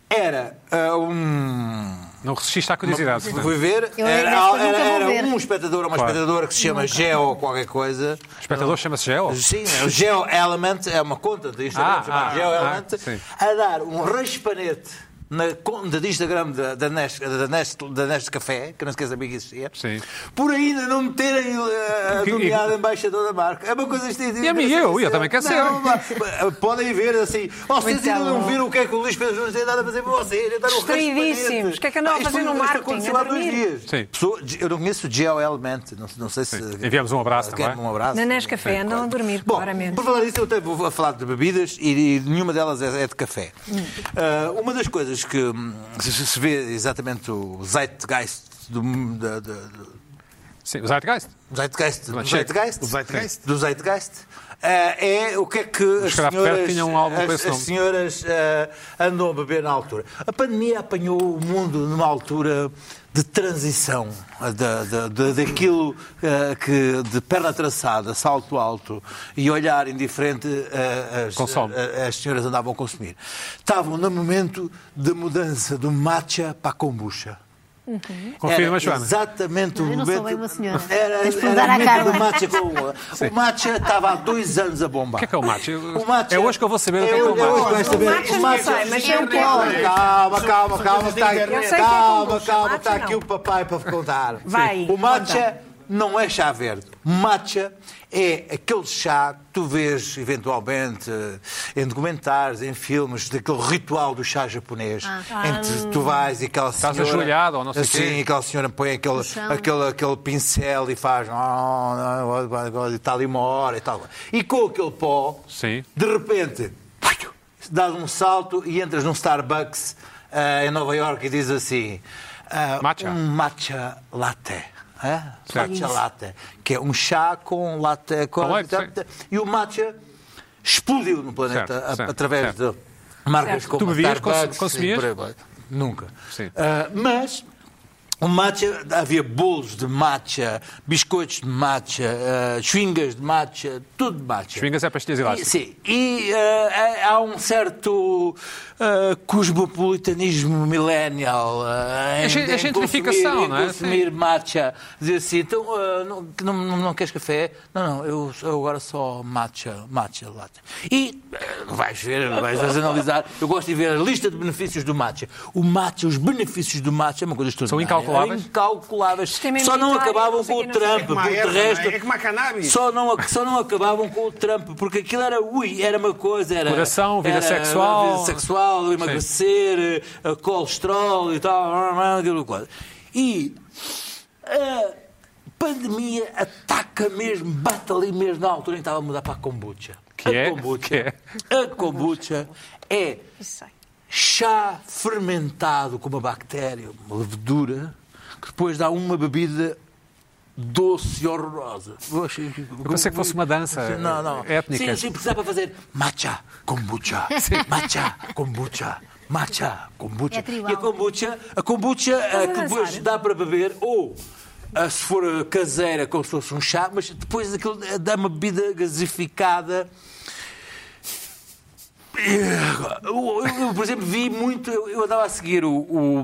F: Era ah, um.
A: Não resististe à curiosidade. portanto.
F: Fui ver,
C: Eu
F: era,
C: desta nunca
F: era-
C: vou
F: era
C: ver.
F: um espectador ou uma
A: Claro.
F: espectadora que se chama Geo ou qualquer coisa.
A: O espectador chama-se Geo.
F: Sim, é o Geo Element é uma conta de Instagram
A: Ah,
F: chamada
A: ah,
F: Geo
A: ah,
F: Element
A: sim.
F: a dar um raspanete na conta de Instagram da, da, Nest, da, Nest, da Nest Café, que não sequer sabia que existia,
A: Sim.
F: por ainda não me terem eh,
A: Que-
F: nomeado embaixador da marca. É uma coisa estranha.
A: E a mim, eu, eu também quero ser.
F: Não, vá, eh, Podem ver assim. Vocês
D: Muito
F: ainda não
D: bom.
F: viram o que é que o Luís Pedro Nunes tem dado a fazer para vocês. é dar um
D: Distraidíssimos.
F: raspanete.
D: O que é que andam a
F: Pá, isto
D: fazer
F: foi-
D: no
F: isto
D: marketing?
F: aconteceu
D: A
F: há dois
D: dormir?
F: dias.
A: Sim.
F: Pessoa- eu não conheço o Geo Element. Não, não sei se.
A: Enviamos um abraço
F: Quem-
A: também.
F: Um abraço.
D: Na Nes Café,
F: Sim,
D: andam
F: claro.
D: a dormir,
F: Bom,
D: claramente.
F: Por falar disso, eu até vou falar de bebidas e, e nenhuma delas é, é de café. Ah, uma das coisas que hum, se, se- se vê exatamente o zeitgeist do. da- da- do-
A: Sim, o Zeitgeist.
F: Zeitgeist, do
A: Mas
F: Zeitgeist,
B: O Zeitgeist.
F: do Zeitgeist, ah, é o que é que as
A: Kraft Perk
F: senhoras,
A: tinham um álbum com
F: as,
A: esse
F: as
A: nome.
F: senhoras ah, andam a beber na altura. A pandemia apanhou o mundo numa altura de transição, ah, da, da, da- daquilo ah, que de perna traçada, salto alto e olhar indiferente ah, as,
A: Consome.
F: ah, as senhoras andavam a consumir. Estavam no momento de mudança do matcha para a kombucha.
A: Confirma,
F: Era
A: Joana.
F: Exatamente o
C: Eu não sou
F: momento.
C: bem uma senhora.
F: Era,
C: Tens de
F: era
C: perguntar à
F: o momento
C: Carla.
F: do matcha com o. O matcha estava há dois anos a bombar.
A: O que é que é o matcha? Eu-
F: O matcha-
A: é hoje que eu vou saber o que é que é o
F: hoje
A: matcha.
F: que vais saber.
D: O matcha não sei, mas
F: existe
D: é um
F: em Portugal.
D: pó.
F: Calma, calma, calma. Está aqui,
D: internet. é Eu sei que é
F: calma,
D: kombucha,
F: calma.
D: matcha
F: Está aqui
D: não.
F: o papai para contar.
D: Vai,
F: O matcha não é chá verde. Matcha é aquele chá que tu vês eventualmente eh, em documentários, em filmes, daquele ritual do chá japonês,
D: Ah.
F: em que tu vais e aquela
A: Estás
F: senhora... assim,
A: ajoelhado ou não sei o quê.
F: Sim, e aquela senhora põe aquele,
C: chão.
F: aquele, aquele pincel e faz... "Oh, não, oh, oh", E tal, e uma hora e tal. E com aquele pó,
A: Sim.
F: de repente, dás um salto e entras num Starbucks ah, em Nova York e diz assim: ah,
A: Matcha.
F: Um matcha latte. hã?
A: Certo.
F: Matcha latte. Que é um chá com latte. Com
A: Com leite, sim.
F: e o matcha explodiu no planeta
A: Certo,
F: a-
A: certo,
F: através
A: certo.
F: de marcas
A: Certo.
F: como
A: Tu bebias,
F: Starbucks,
A: cons- consumias?
F: e por aí vai. Nunca.
A: Sim.
F: Ah, mas o Um matcha, havia bolos de matcha, biscoitos de matcha, ah, chewingas de matcha, tudo de matcha.
A: Chewingas é pastilhas elásticas.
F: E, sim, e ah, há há um certo ah, cosmopolitanismo millennial ah, em,
A: É gen- é
F: em
A: gentrificação,
F: consumir, em
A: não é?
F: consumir matcha. Dizer assim, então, ah, não, que não, não, não queres café? Não, não, eu, eu agora só matcha, matcha latte. E ah, vais ver, vais, vais analisar. Eu gosto de ver a lista de benefícios do matcha. O matcha, os benefícios do matcha é uma coisa extraordinária.
A: incalculáveis?
F: Incalculáveis.
D: Sistema
F: Só não
D: imunitário,
F: acabavam
D: não sei
F: com o
D: quê, não sei quê.
F: Trump,
B: É como a
F: porque
B: erva,
F: o
B: não é?
F: resto...
B: É como a cannabis.
F: Só não, só não acabavam com o Trump, porque aquilo era, ui, era uma coisa, era...
A: Coração, vida
F: era
A: sexual.
F: Vida sexual, emagrecer, eh, colesterol e tal, aquilo coisa. E a pandemia ataca mesmo, bate ali mesmo na altura em que estava a mudar para a kombucha.
A: Que
F: a
A: é?
F: kombucha,
A: Que é?
F: A kombucha é
D: Isso sei.
F: chá fermentado com uma bactéria, uma levedura, que depois dá uma bebida doce e horrorosa. Eu
A: pensei que fosse uma dança
F: não, não.
A: étnica.
F: Sim, sim, precisava fazer matcha, kombucha, matcha, kombucha. Matcha, kombucha.
C: É tribal.
F: e a kombucha, a kombucha eh, que
D: a
F: depois
D: dançar?
F: dá para beber ou ah, se for eh, caseira, como se fosse um chá, mas depois aquilo eh, dá uma bebida gasificada. Eu, eu, eu, por exemplo, vi muito. Eu, eu andava a seguir o, o,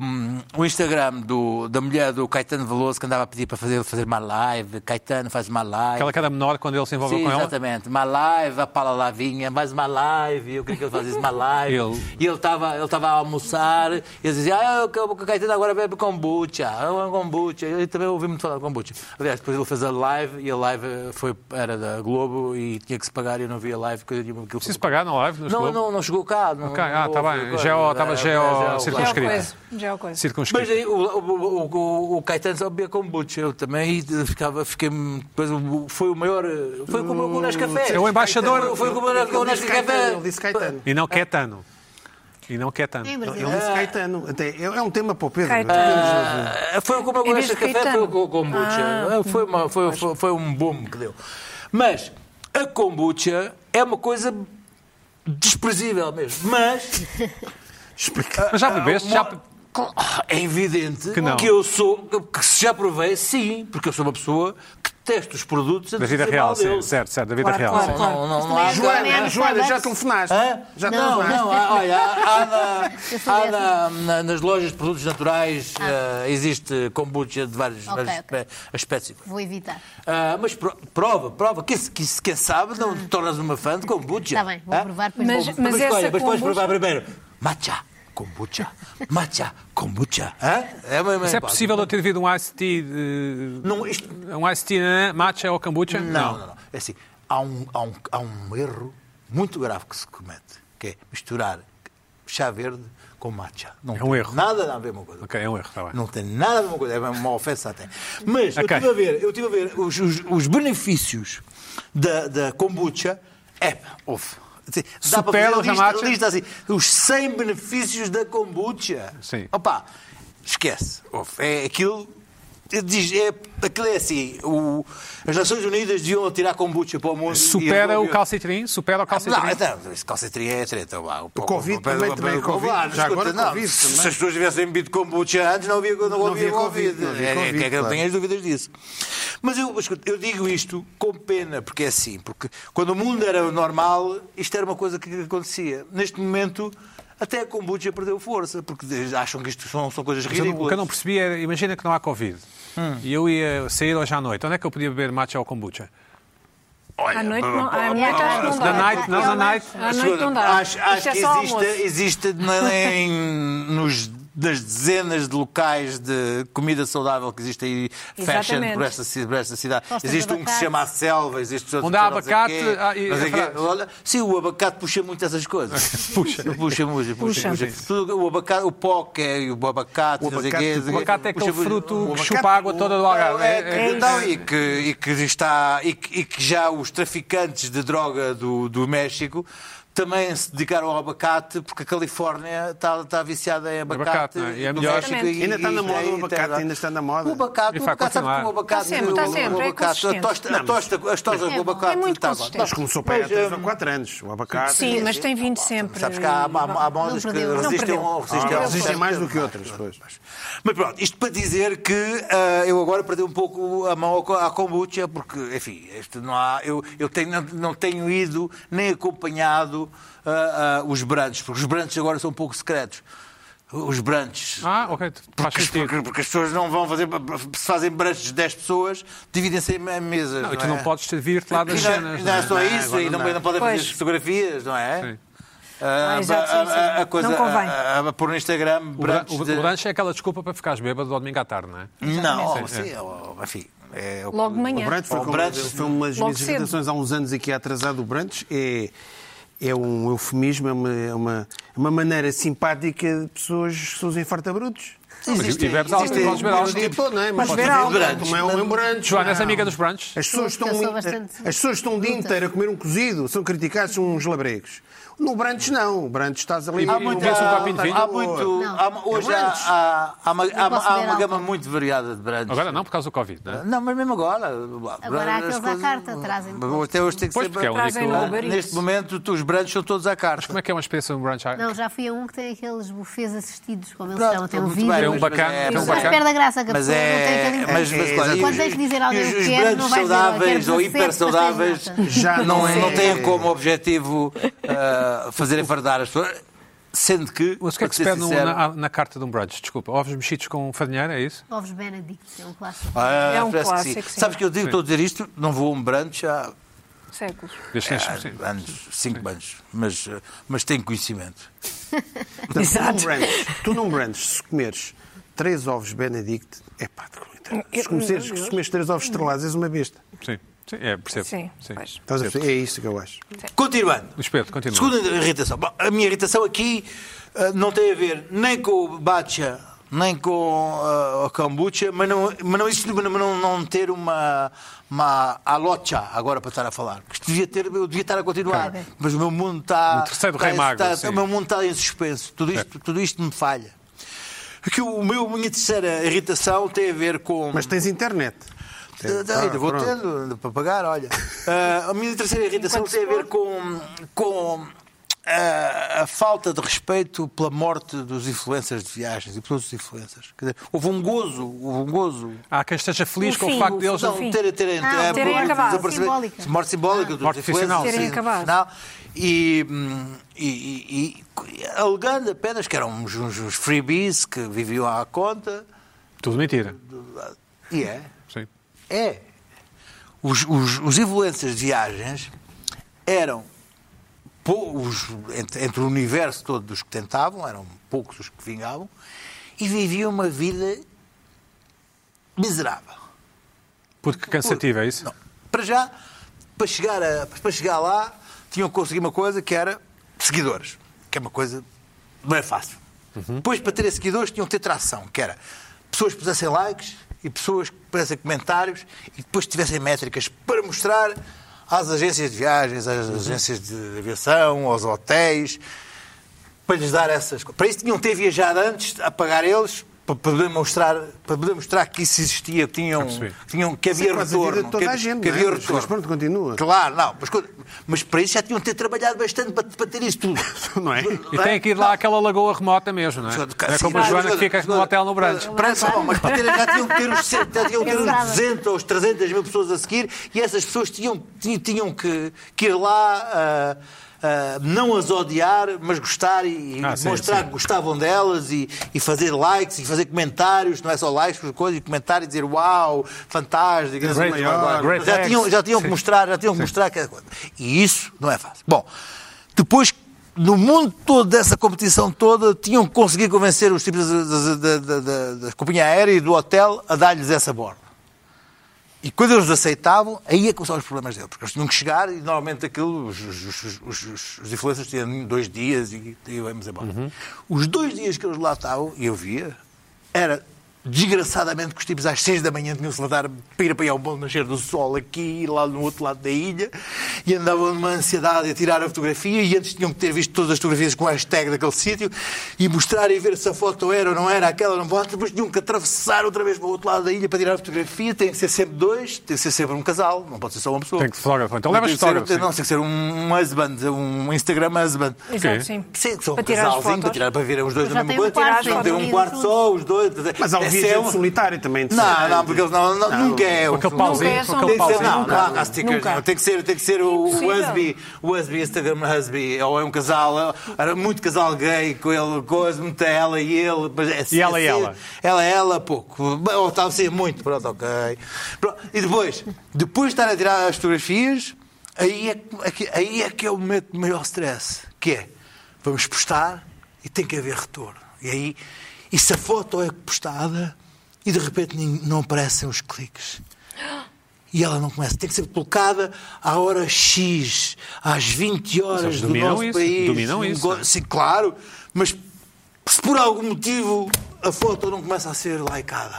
F: o Instagram do- da mulher do Caetano Veloso que andava a pedir para fazer, fazer uma live. Caetano faz uma live.
A: Aquela que era menor quando ele se envolveu
F: Sim,
A: com ela.
F: exatamente. Uma live, a Paula Lavinha, mais uma live. Eu queria que ele fazia uma live.
A: Ele-
F: E ele estava ele estava a almoçar. E ele dizia, ah, eu- o Caetano agora bebe kombucha. ah, kombucha. Eu também ouvi muito falar de kombucha. Aliás, depois ele fez a live e a live eh, foi, era da Globo e tinha que se pagar e eu não vi a live. Coisa nenhuma. Aquilo
A: Preciso
F: foi-
A: pagar na live? nos
F: não,
A: Globo?
F: não, não chegou cá. Não,
A: Ok, ah,
F: não
A: tá
F: houve
A: bem.
F: coisa.
A: Geo- tava
F: Era-
A: geo-
F: era-
D: Já é o
A: circunscrito.
D: coisa. Já é o coisa.
F: Mas
A: Circunscrito.
F: aí, o, o, o- o, o Caetano só bebia kombucha. Eu também e ficava, fiquei. Depois, o- foi o maior. eh, Foi como o Nas Café.
A: É o embaixador.
F: Foi- Foi como o
B: Ele
F: Nas
B: disse Caetano.
F: Café.
B: Ele disse Caetano.
A: E não Caetano. E não é Caetano.
C: Em Brasil.
B: Ele disse Caetano. Até- É é um tema para o Pedro.
D: Caetano.
F: Ah, Foi como o
D: Em
F: Nas
D: vez de
F: Café, foi
D: Caetano.
F: com o kombucha. Ah, foi, uma- foi- foi- foi um boom que deu. Mas a kombucha é uma coisa desprezível mesmo. Mas Ah,
B: Explica.
A: Mas já bebeste? Já...
F: Uma- É evidente
A: Que
F: que,
A: não.
F: eu sou, que se já provei, sim, porque eu sou uma pessoa que teste os produtos a
A: Da vida
F: dizer
A: real,
F: mal
A: sim.
F: deles.
A: Certo, certo, da vida
D: Claro,
A: real.
D: claro. é
A: sim.
F: Não, não, não há.
C: Mas também
B: Joana,
C: Não,
B: Joana, já
C: Starbucks.
B: telefonaste.
F: Hã?
B: Já
F: não,
B: telefonaste.
F: não, há- olha, há, há na-
C: Eu fui
F: há
C: dessa.
F: na- na- nas lojas de produtos naturais eh, existe kombucha de vários,
C: Ok,
F: vários
C: ok.
F: espe- aspectos.
C: Vou evitar.
F: Ah, mas pro- prova, prova, que, que quem sabe não te tornas uma fã de kombucha.
C: Está Tá bem, vou
F: Hã?
C: provar depois.
D: Mas-
C: vou-
F: Mas,
D: essa
F: olha, mas podes
D: kombucha-
F: provar primeiro. Matcha, kombucha, matcha, kombucha. Hã? É, uma- uma-
A: Mas é possível eu ter devido um iced tea, de-
F: Não, isto-
A: um iced tea né? matcha ou kombucha?
F: Não, não, não. É assim, há um, há, um, há um erro muito grave que se comete, que é misturar chá verde com matcha. Não
A: É um
F: tem
A: erro.
F: Nada a ver uma coisa.
A: Ok, é um erro, está bem.
F: Não tem nada a ver uma coisa, é uma ofensa até. Mas eu
A: Ok.
F: estive a ver, eu tive a ver os, os- os benefícios da, da kombucha. É, ouve. Assim, Dá para
A: Supera
F: fazer
A: os da
F: lista,
A: matcha?
F: lista assim, os 100 benefícios da kombucha.
A: Sim.
F: Opa, esquece. Ouve, É aquilo. Diz, é, aquilo é assim. o- as Nações Unidas deviam tirar kombucha para o mundo. e
A: Supera o
F: resolviam-
A: calcitrim? Supera o
F: não,
A: calcitrim?
F: então, esse calcetrim é treta. O
B: Covid também, também é Covid. Já agora Covid também.
F: Se as pessoas tivessem bebido kombucha antes, não havia, não
B: Não
F: havia
B: havia Covid,
F: Covid.
B: não havia
F: É,
B: Covid,
F: é que eu
B: claro.
F: tenho as dúvidas disso. Mas eu, escuta, eu digo isto com pena, porque é assim, porque quando o mundo era normal, isto era uma coisa que acontecia. Neste momento, até a kombucha perdeu força, porque acham que isto são, são coisas
A: Mas eu não-
F: ridículas.
A: o que eu não percebi era, imagina que não há Covid.
F: Hum.
A: E eu ia sair hoje à noite. Onde é que eu podia beber matcha ou kombucha?
F: Olha,
D: À noite não, à
F: pá,
D: noite
F: pá,
D: acho que não
A: Da
D: dá.
A: night, não, da night.
D: À noite não dá.
F: Acho,
D: Isto
F: acho
D: é
F: que
D: só
F: existe,
D: almoço.
F: existe na- em, nos, nas dezenas de locais de comida saudável que existe aí, fashion
D: Exatamente.
F: por esta, ci- por esta cidade.
C: Tostas de
F: existe um que
C: abacate.
F: se chama a selva, existe outro
A: Onde há
F: que se chama não sei
A: abacate,
F: quê,
A: há- e-
F: não sei
A: é
F: quê. Olha, sim, o abacate puxa muito essas coisas. puxa. Puxa, puxa, puxa.
D: Puxa.
F: Tudo, o, abacate, o poké e o abacate,
B: O
F: não sei
B: abacate-
F: quê, não sei
A: O
F: quê.
A: abacate é aquele
F: Puxa, puxa.
A: fruto que
B: abacate-
A: chupa a água toda do Algarve.
F: É,
A: É- é-
F: então, e, que, e que está, e, que, e que já os traficantes de droga do, do México também se dedicaram ao abacate, porque a Califórnia está, está viciada em abacate.
A: Abacate, não é? E é
F: no
A: melhor.
F: México e-
B: Ainda está na
F: e-
B: moda o
F: e-
B: abacate,
F: e-
B: ainda está na moda.
F: O abacate,
A: E
F: o
A: vai
F: abacate, sabe que o
A: continuar.
F: abacate...
D: Está sempre, está sempre,
F: o
D: é
F: abacate, a
D: consistente.
F: tosta, a tosta, as tostas
C: É
F: com
C: bom, é
F: abacate...
D: muito
F: tá bom.
D: consistente.
B: Mas começou para aí há
F: Mas,
B: 3 ou 4 anos, o abacate.
D: Sim, mas tem vindo sempre.
F: Sabes que há, há, há modas que
C: perdeu. Não
F: resistem,
D: perdeu.
F: ao- resistem,
B: Ah,
F: ao-
B: Existem mais do que outras, pois.
F: Mas pronto, isto para dizer que ah, eu agora perdi um pouco a mão ao co- à kombucha, porque, enfim, isto não há, eu, eu tenho- não, não tenho ido nem acompanhado ah, ah, os branches, porque os branches agora são um pouco secretos. Os branches.
A: Ah, ok, faz
F: Porque,
A: sentido.
F: porque- porque as pessoas não vão fazer. Se fazem branches de 10 pessoas, dividem-se em mesas.
A: Não, e tu
F: é?
A: não podes servir-te lá das
F: E não-
A: cenas.
F: Não é
A: não
F: só
A: é?
F: isso,
B: agora
F: e não,
B: não dá.
F: não podem
D: Pois.
F: fazer fotografias, não é?
A: Sim.
F: Ah,
D: Ah, exato, sim,
F: a- a-
D: sim.
F: a coisa-
D: Não convém.
F: a- a- a pôr no Instagram
A: O bran-
F: branches
A: O
F: de-
A: o lanche é aquela desculpa para ficares bêbado ao domingo à tarde, não é?
F: não, sim, ó, enfim. é o-
D: Logo de
B: O
D: manhã.
B: Brandt foi,
F: O
B: com-
F: Brandt-
B: foi uma das
D: Logo
B: minhas
D: cedo.
B: irritações há uns anos aqui atrasado. O Brandt é, é um eufemismo, é uma, é uma, é uma maneira simpática de pessoas que se usem fartabrutos.
A: e bebes álcool,
F: existe-
A: podes beber álcool.
F: existe-
B: Tipo, não é? Mas
D: Mas
B: pode
D: ver
B: haver
D: álcool.
B: Brandt, não é um Brandt.
A: Joana, és amiga dos
F: É
A: brunchs?
B: As pessoas,
C: Eu
B: estão,
C: sou
B: as
C: bastante
B: pessoas estão o dia
C: bruta.
B: inteiro a comer um cozido, são criticados, são uns labregos. No Brantes não, o Brantes estás ali... tá
A: Há
F: Há
A: E
F: muito,
A: bebes um
F: há-
A: copinho de vinho?
F: há muito-
C: Não.
F: há- hoje
B: É
F: há,
B: branches.
F: há- há uma, há-
C: Não posso
F: há
C: beber
F: uma gama
C: álcool.
F: muito variada de branches.
A: Agora não, por causa do Covid, não é?
F: Não, mas mesmo agora.
C: Agora há aqueles à carta, trazem.
F: Até hoje tem que
A: Pois,
F: ser.
A: porque é o único-
D: Trazem o Uber Eats.
F: Neste momento, tu- os branches são todos à carta.
A: Como é que é uma experiência de um brunch?
C: Não, já fui a um que tem aqueles bufês assistidos, como eles
F: Pronto, é
C: chamam, tem um
F: muito
C: vídeo.
F: bem,
A: Tem um
F: mas-
A: bacana,
F: mas é-
A: tem um
C: Mas perde a graça, que a
F: Mas
C: pessoa
F: é,
C: não tem aquele
F: mas, mas,
B: É,
F: claro,
B: exato.
F: e
C: Quando
F: os-
C: tens de dizer alguém
F: e os,
C: o que
F: os
C: quer,
F: brancos
C: não vais dizer, olha,
F: saudáveis
C: quero
F: ou
C: 17,
F: hiper saudáveis
C: mas tens nota.
B: Já
F: não,
B: não
F: não
B: é.
F: têm como objetivo ah, fazer enfardar as pessoas. Sendo que.
A: Mas o que é que se
F: para
A: pede
F: ser
A: num-
F: sincero,
A: na, na carta de um brunch? Desculpa, ovos mexidos com farinheira, é isso?
C: Ovos Benedict, é um clássico.
F: Ah,
D: É um
F: parece que sim.
D: clássico, sim.
F: Sabes que eu digo, estou a dizer isto, não vou a um branch há
D: Séculos.
A: Desde que enche- sim.
F: há anos, 5 anos, mas, ah, mas tenho conhecimento.
B: Portanto, tu num Brandt, tu num Brandt, se comeres três ovos Benedict, é pá, de coletar. se comeres, se comeres três ovos estrelados és uma besta.
A: Sim, sim, é, percebo.
D: Sim,
A: sim.
D: pois.
B: Estás a perceber? É isso que eu acho.
F: Continuando.
A: Luís Pedro, continua.
F: Segunda irritação. Bom, a minha irritação aqui ah, não tem a ver nem com o Bacha, nem com ah, a kombucha, mas não, mas não, existe- mas não, não ter uma, uma alocha agora para estar a falar. Que isto devia ter, eu devia estar a continuar.
C: Ok.
F: Mas o meu mundo está.
A: O terceiro
F: está-
A: rei mago,
F: está-
A: sim.
F: O meu mundo está em suspenso. Tudo isto, tudo isto me falha. Que o meu, minha terceira irritação tem a ver com.
B: Mas tens internet.
F: Ainda
B: Ah,
F: vou
B: pronto.
F: tendo, ainda para pagar, olha. Ah, a minha terceira irritação tem a ver com, com a, a falta de respeito pela morte dos influencers de viagens e pelos outros influencers. Quer dizer, houve um gozo, houve um gozo.
A: Há quem esteja feliz
D: O
A: com
D: fim,
A: o facto
D: o
A: deles.
D: fim.
F: Não, terem ter, ter,
D: Ah, terem acabado.
C: Simbólica.
F: Morte simbólica dos
A: Morte
F: influencers.
A: ficcional,
D: Terem
F: sim,
D: acabado.
F: ficcional. E, hum, e, e- e alegando apenas que eram uns, uns- uns freebies que viviam à conta.
A: Tudo mentira.
F: E é.
A: Sim.
F: É. Os, os, os influencers de viagens eram pou- os, entre, entre o universo todo dos que tentavam, eram poucos os que vingavam, e viviam uma vida miserável.
A: Porque cansativo, é isso?
F: Não. Para já, para chegar, a- para chegar lá, tinham que conseguir uma coisa que era seguidores, que é uma coisa não é fácil.
A: Uhum.
F: Depois, para terem seguidores, tinham que ter tração, que era pessoas que pusessem likes e pessoas que pusessem comentários e depois tivessem métricas para mostrar às agências de viagens, às
A: Uhum.
F: agências de aviação, aos hotéis, para lhes dar essas coisas. Para isso tinham que ter viajado antes a pagar eles para poder mostrar, para poder mostrar que isso existia, que tinham,
A: percebi.
F: tinham que
B: Isso
F: havia
B: é quase a
F: retorno.
B: vida de toda
F: que,
B: a gente,
F: que
B: não é?
F: havia
B: Mas-
F: retorno.
B: mas pronto, continua.
F: Claro, não. Mas, quando- mas para isso já tinham de ter trabalhado bastante para, para ter isso tudo.
B: Não é?
A: E tem que ir lá àquela lagoa remota mesmo, não é? Não é como a
F: Sim,
A: Joana
F: mas-
A: que fica no hotel no Brandes.
F: Parece bom, mas para ter, já tinham que ter os, já tinham que ter os 200 ou os 300 mil pessoas a seguir e essas pessoas tinham, tinham, tinham que, que ir lá. ah, ah, não as odiar, mas gostar e e
A: Ah, sim,
F: mostrar
A: sim.
F: que gostavam delas e, e fazer likes e fazer comentários, não é só likes, mas coisas, e comentários e dizer uau, fantástico, não sei o
A: Great
F: quê.
A: work, great
F: já,
A: thanks.
F: tinham, já tinham que mostrar, já tinham que mostrar cada coisa. E isso não é fácil. Bom, depois, no mundo todo dessa competição toda, tinham que conseguir convencer os tipos da, da- da- da- da- da companhia aérea e do hotel a dar-lhes essa borda. E quando eles aceitavam, aí é que começavam os problemas deles, porque eles tinham que chegar e normalmente aquilo, os, os, os, os- os- os influencers tinham dois dias e, e vamos embora. Os dois dias que eles lá estavam, e eu via, era desgraçadamente que os tipos às seis da manhã tinham-se levantar para ir apanhar o bom nascer do sol aqui e lá no outro lado da ilha e andavam numa ansiedade a tirar a fotografia e antes tinham que ter visto todas as fotografias com a hashtag daquele sítio e mostrar e ver se a foto era ou não era aquela, não bota, depois tinham que atravessar outra vez para o outro lado da ilha para tirar a fotografia, tem que ser sempre dois, tem que ser sempre um casal, não pode ser só uma pessoa.
A: Tem que ser fotógrafo. Então levas
F: Tem que ser-
A: fotógrafo, sim.
F: Não, tem que ser um husband, um Instagram husband.
D: Exato,
A: Ok.
D: sim.
F: Sim, que são
D: Para
F: para
D: tirar as
F: casalzinho, para
D: fotos.
F: tirar para ver os dois
C: Mas
F: na
C: já tem
F: mesma
C: um
F: coisa.
C: quarto,
F: não tem um
C: sim.
F: quarto só, os dois.
B: Mas há o
F: Esse
B: viajante
F: é um-
B: solitário também. de
F: Não,
B: certeza.
F: não, porque eles não, não, nunca é
A: Com
F: um-
A: aquele
D: Nunca
A: pauzinho,
D: é
A: com
D: só
A: aquele
D: um
F: tem que ser,
A: pauzinho.
F: não,
D: Nunca.
F: não há cá stickers,
D: Nunca.
F: não. Tem que ser, tem que ser o, o
D: Impossível.
F: husby, o husby, Instagram husby, ou é um casal, era muito casal gay com ele, coisa, muita ela e ele. mas é-
A: E ela
F: é
A: e
F: ser-
A: ela.
F: Ela, ela, pouco. Ou estava a ser muito, pronto, ok. Pronto, E depois, depois de estar a tirar as fotografias, aí é, que- é que- aí é que é o momento de maior stress, que é, vamos postar e tem que haver retorno. E aí, e se a foto é postada e de repente nin- não aparecem os cliques. E ela não começa. Tem que ser colocada à hora X, às 20 horas
A: Mas eles
F: do
A: dominam
F: nosso
A: isso,
F: país.
A: dominam
F: Um
A: isso,
F: go-
A: não é?
F: Sim, claro. Mas se por algum motivo a foto não começa a ser likeada,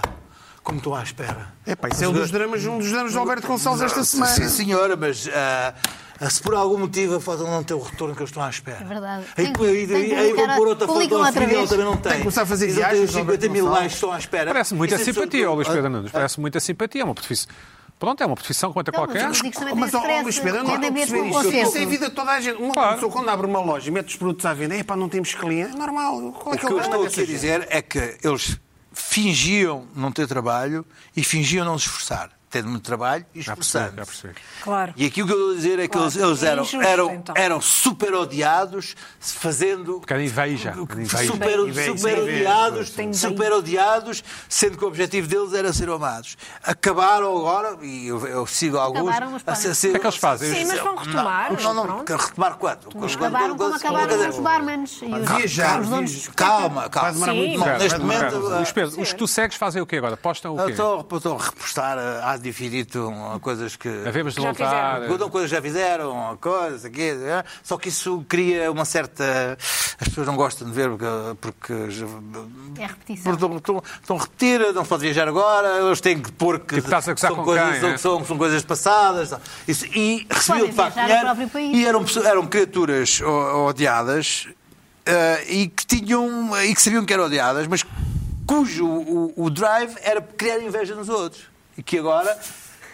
F: como estou à espera.
B: Epá, isso é um dos dramas, um dos dramas de Alberto Gonçalves esta semana.
F: Sim, senhora, mas ah, ah, se por algum motivo a foto não tem o retorno que eu estou à espera.
C: É verdade.
F: Aí,
C: Tem-
F: aí, aí,
C: tem que
F: vou
C: colocar-
F: pôr outra foto
C: publicam
F: ao
C: outra
F: filho,
C: vez.
F: ele também não tem.
B: que começar a fazer
F: Eles não têm
B: viagens,
F: os 50 mil
B: Alberto
F: likes, estou à espera.
A: Parece muita
F: Isso é absurdo.
A: simpatia, ó, Luís Pedro
F: Ah,
A: Nunes. Parece muita simpatia. É uma profissão. Pronto, é uma profissão quanto a
C: Então, mas
A: qualquer.
C: os amigos também têm
B: Mas, ó, ó, Luís
C: stress.
B: Pedro, eu não estou
C: Têm
B: a
C: medo
B: perceber
C: do
B: isto.
C: conceito.
B: Isso é a vida de toda a gente. Uma
A: Claro.
B: pessoa, quando abre uma loja e mete os produtos à venda, epá, não temos cliente. É normal. Qual é
F: O
B: que
F: que
B: é o
F: eu estou
B: problema
F: aqui a
B: dizer?
F: dizer é que eles fingiam não ter trabalho e fingiam não se esforçar. Tendo muito trabalho e
A: Já percebi,
F: esforçando.
A: já percebi.
D: Claro.
F: E aqui o que eu estou a dizer é que
D: Claro,
F: eles, eles
D: é
F: eram,
D: injusto,
F: eram,
D: então.
F: eram super odiados, fazendo.
A: Porque era Um inveja, era inveja.
F: Super,
B: Inveja,
F: super
B: inveja.
F: odiados,
D: Tem inveja.
F: super odiados, sendo que o objetivo deles era ser amados. Acabaram agora, e eu, eu sigo alguns.
C: Acabaram, mas
F: a ser-
C: param.
F: ser-
A: O que é que eles fazem?
D: Sim, mas vão retomar.
F: Não, não, não
D: pronto.
F: retomar quando? Quando-
C: Acabaram como
F: quando-
C: acabaram
F: quer
C: os
F: dizer,
C: barmans. e os-
B: Viajar,
C: os donos
B: viajar.
F: Calma,
B: Vai
F: calma.
B: demorar
D: Sim.
B: muito
D: Bom,
A: Espera,
B: mais.
F: neste
B: Vai demorar
F: momento,
A: espera. Luís Pedro, é? os que tu segues fazem o quê agora? Postam o
F: Eu
A: quê?
F: estou estou a repostar eh, a repetir um, coisas que.
A: Havemos de eh.
D: Já
A: voltar.
D: fizeram.
F: Contam coisas que já fizeram, coisas, aqui, eh, só que isso cria uma certa. As pessoas não gostam de ver porque. porque já-
C: É repetição.
F: porque estão, estão, estão a repetir, não se pode viajar agora, eles têm que pôr que,
A: Tipo, estás a gozar
F: são,
A: com
F: coisas,
A: quem,
F: são,
A: é?
F: são- são coisas passadas. tal. Isso, e recebiam de facto
C: viajar no
F: dinheiro
C: próprio país.
F: e eram, pessoas- eram criaturas o- odiadas eh, e, que tinham, e que sabiam que eram odiadas, mas cujo o, o drive era criar inveja nos outros. E que agora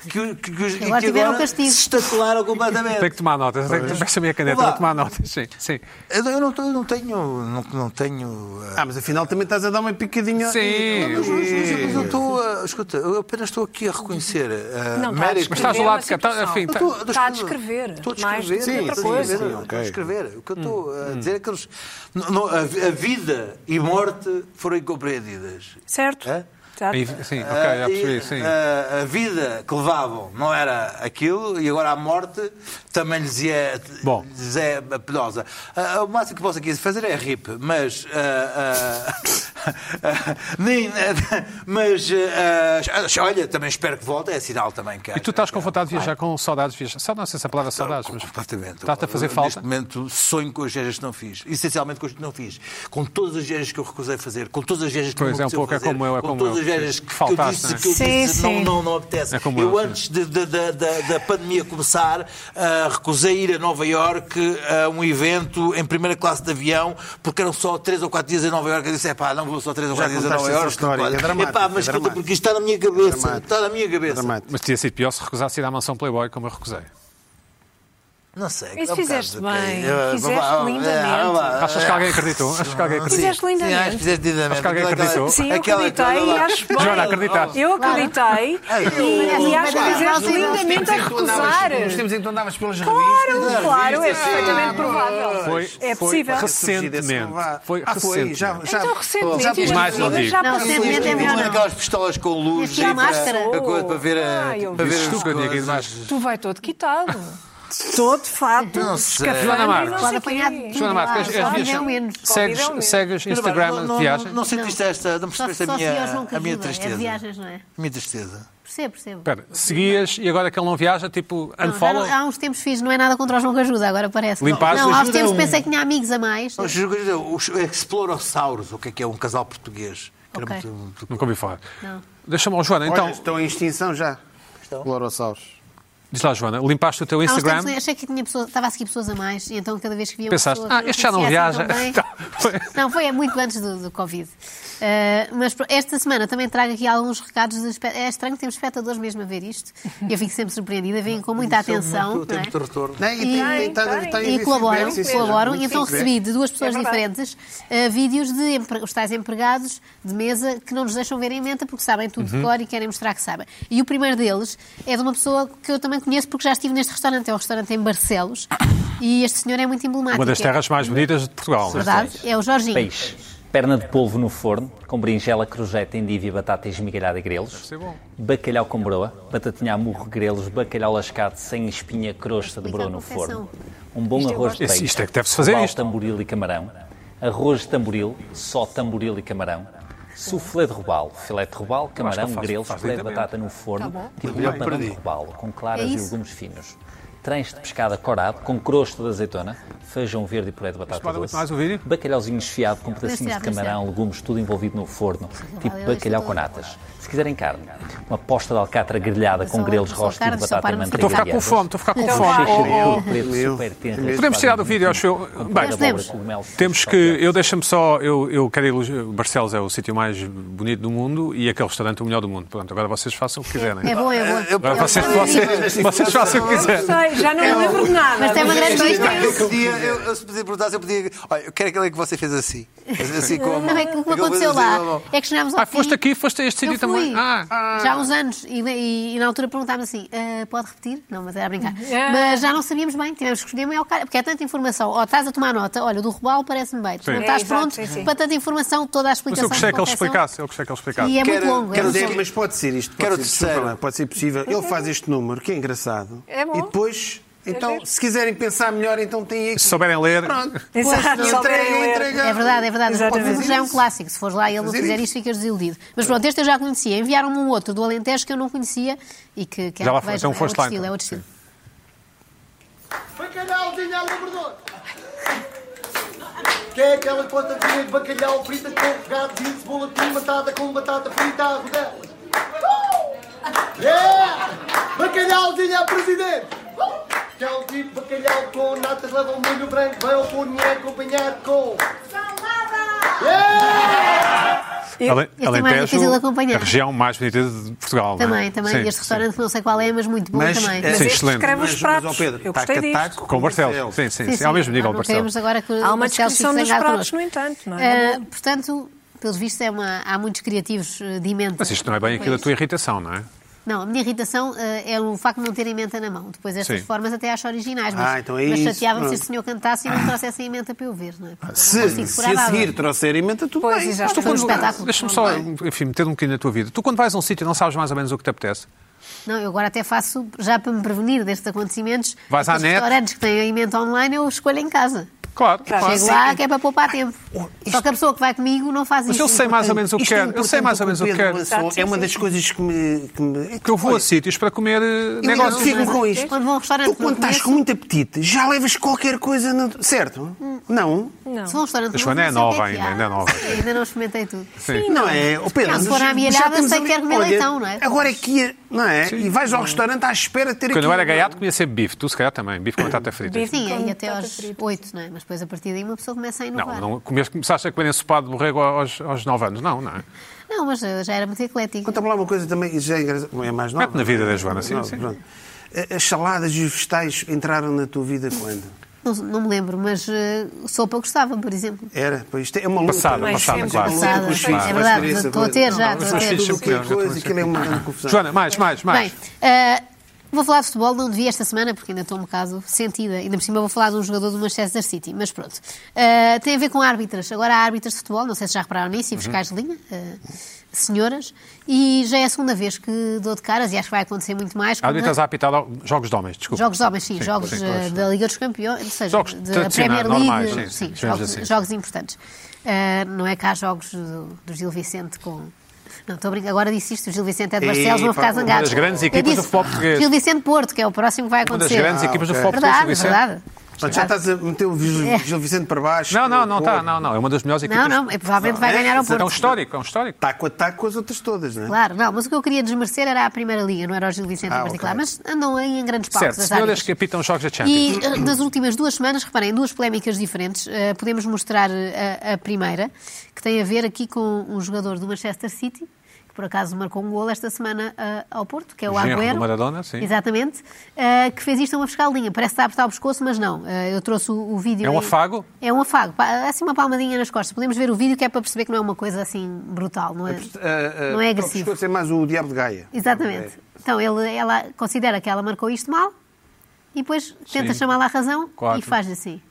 F: que, que, que, os- que
C: Agora tiveram castigo.
F: se estatelaram completamente.
A: eh, Tenho que tomar notas. Tenho que deixa a minha caneta.
F: Olá.
A: Vou tomar notas. Sim, sim.
F: Eu, eu não, tô- eu não tenho. Não, não tenho eh,
B: Ah, mas afinal também estás a dar uma picadinha.
F: Mas,
A: Sim.
F: mas- mas- mas eu estou a. Escuta, eu apenas estou aqui a reconhecer. eh,
D: Não, tá a
F: mérito.
D: descrever
A: Mas estás do lado
D: uma
A: de cá, tá-
D: situação.
A: enfim,
F: Eu
A: tá-
F: estou- eu
D: Está a descrever.
F: Estou a
D: mais do
F: descrever.
D: que outra
B: sim,
D: coisa.
B: sim.
F: Estou a descrever. O que eu estou a dizer é que eles. não- não, a, a vida e morte foram incompreendidas.
D: Certo?
F: É?
D: Exato.
A: Aí- Sim, ok,
F: Ah,
A: já
F: e,
A: percebi. Sim.
F: ah, a vida que levavam não era aquilo e agora a morte também lhes é,
A: Bom.
F: lhes é penosa. Ah, o máximo que posso aqui fazer é RIP, mas. ah, ah, ah, nem, mas. ah, olha, também espero que volte, é sinal também que.
A: E tu estás confrontado a viajar com saudades, viajar. Sabe, não sei se a palavra saudades, mas
F: Completamente.
A: está-te a fazer
F: Eu,
A: falta.
F: Neste momento sonho com as viagens que não fiz. Essencialmente com as que não fiz. Com todas as viagens que eu recusei fazer, com todas as viagens que
A: Pois,
F: não me
A: é um
F: apeteceu
A: pouco, é
F: fazer,
A: como eu, é
F: com
A: como
F: todas
A: eu,
F: as
A: sim.
F: viagens que, que eu
A: Faltaste,
F: disse,
A: não é?
F: que eu
D: Sim,
F: disse não,
D: sim.
F: não, não apetece.
A: É como
F: eu,
A: eu, sim.
F: antes de- de- da- da- da pandemia começar, ah, recusei ir a Nova Iorque a um evento em primeira classe de avião, porque eram só 3 ou 4 dias em Nova Iorque. Eu disse, é pá, não vou só 3 ou
B: Já
F: 4 dias a
B: contaste
F: Nova
B: essa
F: Iorque.
B: história,
F: pá.
B: é dramático,
F: Epá,
B: é
F: mas escuta,
B: dramático.
F: porque isto está na minha cabeça.
B: dramático.
F: está na minha cabeça.
B: Dramático.
A: Mas teria sido pior se recusasse ir à mansão Playboy, como eu recusei.
F: Não sei.
D: Isso
F: é um
D: fizeste
F: bocado, ok.
D: bem,
F: Eu-
D: fizeste
F: vá, vá,
D: lindamente.
F: é, vá, vá.
A: Achas que alguém acreditou? Achas que alguém acreditou?
D: Fizeste lindamente.
F: Sim, acho que fizeste lindamente.
A: Acho que alguém
F: Aquela-
A: acreditou.
D: Sim, eu
F: aquela-
D: acreditei e
F: aquela-
D: acho bem.
A: Joana, acreditaste?
D: Eu acreditei
F: É
D: e acho que fizeste lindamente a recusar.
B: Os tempos em que tu andavas pelas
D: Claro, claro, é
F: revistas, sim.
D: perfeitamente provável.
A: Foi, foi
D: É possível.
A: recentemente. Foi
B: ah, foi,
A: recentemente.
B: já, já.
D: Então, recentemente,
B: Já
A: fiz mais, um não digo.
D: já
C: Não,
D: passou.
C: recentemente é melhor não.
F: Aquelas pistolas com luz
C: Tinha
F: e para-
C: máscara.
F: para co- para ver eh, a-
D: Ah, eu
F: para ver
A: Dizes
F: as
A: tu que eu tinha que ir
F: coisas.
A: mais.
D: Tu vai todo quitado. todo fato,
F: Não sei.
A: Joana
D: escafandro e não
A: Marques.
D: sei é.
C: Pode
D: o
C: apanhar
D: quê.
A: Joana Marques,
C: Claro,
A: és- és-
C: só viver o um menos.
A: Segues,
D: Convida-me.
A: segues
F: Mas, Bárbara,
A: Instagram
F: não-
A: de
F: não-
A: viagem?
F: Não sentiste esta, não
C: Só,
F: percebeste
C: só
F: a minha,
C: se
F: a minha
C: É
F: tristeza.
C: viagens, não é?
F: A minha tristeza.
C: Percebo, percebo.
A: Espera, seguias e agora que ele não viaja, tipo,
C: Não, já
A: unfollow?
C: não- há uns tempos fiz, não é nada contra o João que ajuda, agora parece.
A: Limpar
C: não,
A: as
C: há uns
A: ajuda
C: tempos
A: um.
C: pensei que tinha amigos a mais.
F: Os- Os os explorossauros, o que é que é um casal português? Que era
C: Ok.
F: muito- muito-
A: Nunca ouvi falar.
C: Não.
A: Deixa-me ao Joana, então.
B: Olha, estão em extinção já. Clorossauros.
A: Diz lá, Joana, limpaste o teu
C: Há uns
A: Instagram?
C: tempos achei que tinha pessoas, estava a seguir pessoas a mais, e então cada vez que via uma
A: Pensaste,
C: pessoa
A: ah,
C: que eu
A: este já não
C: conhecia assim
A: viaja. Então, Tá.
C: tão bem- Não, foi é muito antes do, do Covid. Uh, mas pro- esta semana também trago aqui alguns recados. De, espe- é estranho que temos espectadores mesmo a ver isto. E eu fico sempre surpreendida, veem com muita
F: Isso é um momento
C: atenção.
F: que eu tenho
C: não é?
F: muito retorno.
B: Não, e tem- tem- tá-
D: tem.
B: tá em
C: e
B: feedback,
C: colaboram,
B: sim, sim,
C: colaboram.
B: muito
C: E então
B: feedback.
C: recebi de duas pessoas
D: É verdade.
C: diferentes eh, vídeos de empre- os tais empregados de mesa que não nos deixam ver em menta porque sabem tudo
B: Uhum.
C: de cor e querem mostrar que sabem. E o primeiro deles é de uma pessoa que eu também conheço porque já estive neste restaurante. É um restaurante em Barcelos e este senhor é muito emblemático.
A: Uma das
C: É-
A: terras mais bonitas de Portugal. não é?
C: Verdade, é o Jorginho.
I: Peixe. Perna de polvo no forno, com berinjela, crojeta, endívia, batata esmigalhada e grelos.
A: ser bom.
I: Bacalhau com broa, batatinha à murro, grelos, bacalhau lascado, sem espinha, crosta de
C: Explica
I: broa no
C: a confecção.
I: forno. Um bom arroz de
A: gosto.
I: peixe.
A: Isto é que deve-se fazer
I: pau,
A: isto.
I: tamboril e camarão. Arroz de tamboril, só tamboril e camarão. Soufflé de robalo, filé de robalo, camarão,
A: faz-
I: grelhos,
A: faz
I: filé de
A: lindamente.
I: batata no forno, tipo um
F: Melhor
I: lapadão
F: perdi.
I: de robalo, com claras
C: Tá É
I: e
C: isso?
I: legumes finos. Trens de pescada corado, com crosta de azeitona, feijão verde e puré de batata
A: pode muito
I: doce.
A: mais o vídeo?
I: Bacalhauzinho esfiado com pedacinhos de
C: Vamos tirar,
I: camarão, legumes, tudo envolvido no forno, tipo
C: Rafael,
I: bacalhau
C: isto
I: com
C: é tudo.
I: natas. Se quiserem carne, uma posta de alcatra grelhada com
C: Só-
I: grelos
C: só
I: rosto e de
C: carne, só
I: batata
C: para
I: e
C: não
I: manteiga.
C: ser-
A: Estou a ficar
I: e
A: com
I: ervas.
A: fome, estou a ficar com
C: Então
I: Um
A: fome.
I: bochecha de
A: Oh,
I: ouro preto super tenra,
A: Podemos tirar do vídeo, acho eu. Bem, Temos que.
I: é.
A: Eu deixa-me só. Eu, eu quero elogiar. Barcelos é o sítio mais bonito do mundo e aquele restaurante o melhor do mundo. Portanto, agora vocês façam o que quiserem.
C: É bom, é bom.
A: Agora vocês,
C: Ele-
A: vocês, vocês façam o que
D: Eu
A: quiserem.
D: sei, já não me lembro de nada.
C: Mas tem é uma grande
D: Mas- é
C: vista.
F: Eu podia, eu, eu se podia perguntar, se eu podia. Olha, eu quero aquele que você fez assim. assim com a mão.
C: Não é que o que
F: Aquele
C: aconteceu
F: fez assim
C: lá
F: com a mão.
C: é que chegámos ao
A: Ah, foste
C: fim-
A: aqui, foste a este
C: Eu
A: sítio
C: fui,
A: também. Ah,
C: já há uns anos, e, e- e na altura perguntámos assim, "Ah, pode repetir? Não, mas era a brincar.
A: É.
D: Ah.
C: Mas já não sabíamos bem, tivemos que escolher meio ao cara, porque é tanta informação. Ou estás a tomar nota, olha, o do robalo parece-me bem. Tu
A: Sim.
C: Não estás
D: É, exato,
C: pronto
D: sim, sim.
C: para tanta informação, toda a
A: mas
C: explicação.
A: eu gostei é
C: de
A: que ele
C: confecção.
A: explicasse. Eu gostei que ele explicasse.
C: E é
F: Quero-
C: muito longo. é
B: Mas
F: quero
C: muito
F: dizer-
B: é-
C: longo.
B: Mas pode ser isto, pode
F: Quero
B: ser,
F: terceiro.
B: desculpa lá, pode ser possível. Ele faz este número, que é engraçado.
D: É bom.
B: E depois, então,
D: giro.
B: se quiserem pensar melhor, então tem aqui.
A: Se souberem ler.
B: Pronto.
D: Exato,
B: Pois,
D: só para
B: entrega,
D: ler.
B: entrega.
C: É verdade, é verdade.
D: Exatamente.
C: Mas já é um clássico. Se fores lá e ele não
B: Fazer
C: fizer
B: isso.
C: isto, ficas desiludido. Mas pronto, este eu já conhecia. Enviaram-me um outro do Alentejo que eu não conhecia e que, que
A: Já lá
C: que
A: foi,
C: vejo,
A: então foste
C: é outro
A: lá,
C: estilo,
A: então.
C: é outro estilo.
J: Bacalhauzinho à labrador. Que é aquela cotazinha de bacalhau frita com regados e cebola pimentada com batata frita à rodela. Yeah! Bacalhauzinho à presidente. Que é o tipo de bacalhau com natas, leva um molho branco, bem ao punho e é acompanhado com... Salada! Yeah!
C: Eu-
A: Ale-
C: eu também, é difícil de acompanhar.
A: a região mais bonita de Portugal. não é?
C: Também, também.
A: Sim,
C: este
A: sim.
C: restaurante, não sei qual é, mas muito bom também.
A: Sim, excelente.
D: descreve os
A: Mas-
D: pratos.
B: Mas, ó Pedro,
D: Eu gostei
B: taca,
D: disto.
B: taco
A: Com Barcelos,
B: Barcelos.
A: sim, sim,
C: Sim, Ah,
A: sim. Ao
C: sim.
A: mesmo nível,
C: Não
A: Barcelos.
C: queremos agora que o
D: Há uma
C: Marcelo
D: descrição
C: fique
D: dos
C: zangado
D: pratos,
C: connosco.
D: no entanto, não é?
C: Ah, portanto, pelos vistos, é uma, há muitos criativos eh, de emenda.
A: Mas isto não é bem aquilo da tua irritação, não é?
C: Não, a minha irritação eh, é o facto de não ter a emenda na mão. Depois estas
A: Sim.
C: formas até acho originais, mas,
B: Ah, então é
C: mas
B: isso,
C: chateava-me se
B: pronto.
C: este senhor cantasse
A: Ah.
C: e não trouxesse a emenda para eu ver, não é? Porque eu não
B: Se,
C: consigo
B: se
C: segurar
B: a
C: nada.
B: seguir trouxer emenda, tudo
D: Pois,
B: bem.
D: exato.
B: Mas tu
A: é
C: Foi um
B: quando-
C: espetáculo.
A: Deixa-me só, enfim, meter um bocadinho na tua vida. Tu, quando vais a um sítio e não sabes mais ou menos o que te apetece,
C: Não, eu agora até faço, já para me prevenir destes acontecimentos,
A: Vais à
C: os
A: net?
C: restaurantes que têm a emenda online eu escolho em casa.
A: claro,
D: Claro.
A: claro.
C: Chego lá que é para poupar tempo.
D: oh,
C: Só que a pessoa que vai comigo não faz isso.
A: Mas eu sei mais ou menos o que
B: Isto é
A: quero. Eu sei
B: importante
A: mais ou menos o que
B: Pedro
A: quero.
B: lançou.
D: Exato,
B: É uma
D: sim,
B: das
D: sim.
B: coisas que me. Que, me-
A: Que eu vou
B: Olha,
A: a sítios para comer eh,
B: eu
A: negócios.
B: identifico-me
C: mas
B: com
C: é-
B: isto.
C: quando vou a um restaurante
B: tu,
C: que não
B: quando estás com
C: conheço-
B: muito apetite, já levas qualquer coisa. no- Certo? Não.
D: Não.
C: Se vou a um restaurante
A: A Joana é
C: novo, não sei o que
A: nova
C: que
A: ainda,
C: há.
A: ainda é nova.
C: Ainda não experimentei tudo.
A: Sim.
B: Não é, o Pedro.
C: Não, se for à
B: mas
C: mielhada,
B: já temos
C: sei
B: ali-
C: que quer comer
B: Olha,
C: leitão, não é?
B: Agora é que. Não é? E vais ao restaurante à espera de ter
A: Quando eu
B: aquilo.
A: era gaiato, comia sempre bife. Tu, se calhar, também. Bife com batata frita.
D: Bife.
C: Sim,
D: Com
C: aí até
D: batata
C: aos
D: frita,
C: 8, não é? Mas depois a partir daí uma pessoa começa a
A: Não,
C: inovar.
A: não comias- começaste a comer ensopado de borrego aos, aos 9 anos. Não, não é?
C: Não, mas eh, já era muito eclético.
B: Conta-me lá uma coisa também, já é, engraçado, é mais nova.
A: Mete na vida da Joana, sim,
B: Nova,
A: sim.
B: pronto. A- As saladas e os vegetais entraram na tua vida quando?
C: Não, não me lembro, mas eh, sopa eu gostava, por exemplo.
B: Era? Pois isto é uma luta.
A: Passada,
B: Mas
A: passada,
B: sempre
A: claro.
B: uma luta com os
C: Passada,
B: filhos, vais
C: é verdade,
B: ter essa
C: estou a
B: coisa.
C: ter já,
B: Não,
C: estou a
B: mas
C: ter.
B: tudo
A: Sim, sim,
B: que é
A: sim, sim.
B: coisa, aquilo é uma grande confusão.
A: Joana, mais, mais,
C: Bem,
A: mais.
C: eh, vou falar de futebol, não devia esta semana, porque ainda estou um bocado sentida. Ainda por cima vou falar de um jogador do Manchester City, mas pronto. Eh, tem a ver com árbitras. Agora há árbitras de futebol, não sei se já repararam nisso, e fiscais de linha, eh, senhoras. E já é a segunda vez que dou de caras, e acho que vai acontecer muito mais.
A: Há
C: quando-
A: de estás a apitar ao- jogos de homens, desculpa.
C: né? Jogos de homens, sim,
A: Sim,
C: jogos
A: sim,
C: eh,
A: claro.
C: da Liga dos Campeões, ou seja,
A: Jogos
C: da
A: tradicionais,
C: Premier League,
A: normais, sim,
C: sim,
A: sim,
C: jogos,
A: sim.
C: jogos importantes. Eh, não é que há jogos do, do Gil Vicente com. Não, estou a brincar, agora disse isto, o Gil Vicente é de
B: Ei,
C: Barcelos, vão
B: pá,
C: ficar
B: uma
C: zangados.
A: das grandes
C: Eu
A: equipas do
C: disse,
A: futebol português.
C: Gil Vicente Porto, que é o próximo que vai
A: Uma das
C: acontecer. É
A: grandes equipas do futebol português, é.
C: Verdade,
A: Gil Vicente.
C: verdade.
B: Portanto, já estás a meter o
C: É.
B: Gil Gil Vicente para baixo.
A: Não, não, não
B: Pô,
A: está, não, não. É uma das melhores
C: Não,
A: equipas.
C: não, é, provavelmente vai
B: Não,
C: ganhar ao
A: É um
C: Porto.
A: histórico, é um histórico.
B: Taco a taco as outras todas, não é?
C: Claro, não, mas o que eu queria desmerecer era a Primeira Liga, não era o Gil Vicente em
B: Ah,
C: particular,
B: ok.
C: mas andam aí em grandes palcos.
A: Certo,
C: das
A: senhoras
C: árbitras.
A: que apitam jogos da Champions.
C: E eh, nas últimas duas semanas, reparem, duas polémicas diferentes. Eh, podemos mostrar eh, a, a primeira, que tem a ver aqui com um jogador do Manchester City, que por acaso marcou um gol esta semana eh, ao Porto, que é o
A: Genro do
C: Agüero.
A: Maradona, sim.
C: Exatamente. eh, que fez isto a uma fiscalinha. Parece que está a apertar o pescoço, mas não. Eh, eu trouxe o, o vídeo.
A: É um
C: aí.
A: afago?
C: É um afago. Pa- Assim uma palmadinha nas costas. Podemos ver o vídeo que é para perceber que não é uma coisa assim brutal, não é,
A: eh,
B: Ah, ah,
C: não é
B: para o
C: agressivo.
B: pescoço É mais o Diabo de Gaia.
C: Exatamente.
A: É.
C: Então, ele, ela considera que ela marcou isto mal e depois tenta
A: Sim.
C: chamá-la à razão
A: Claro.
C: e faz assim.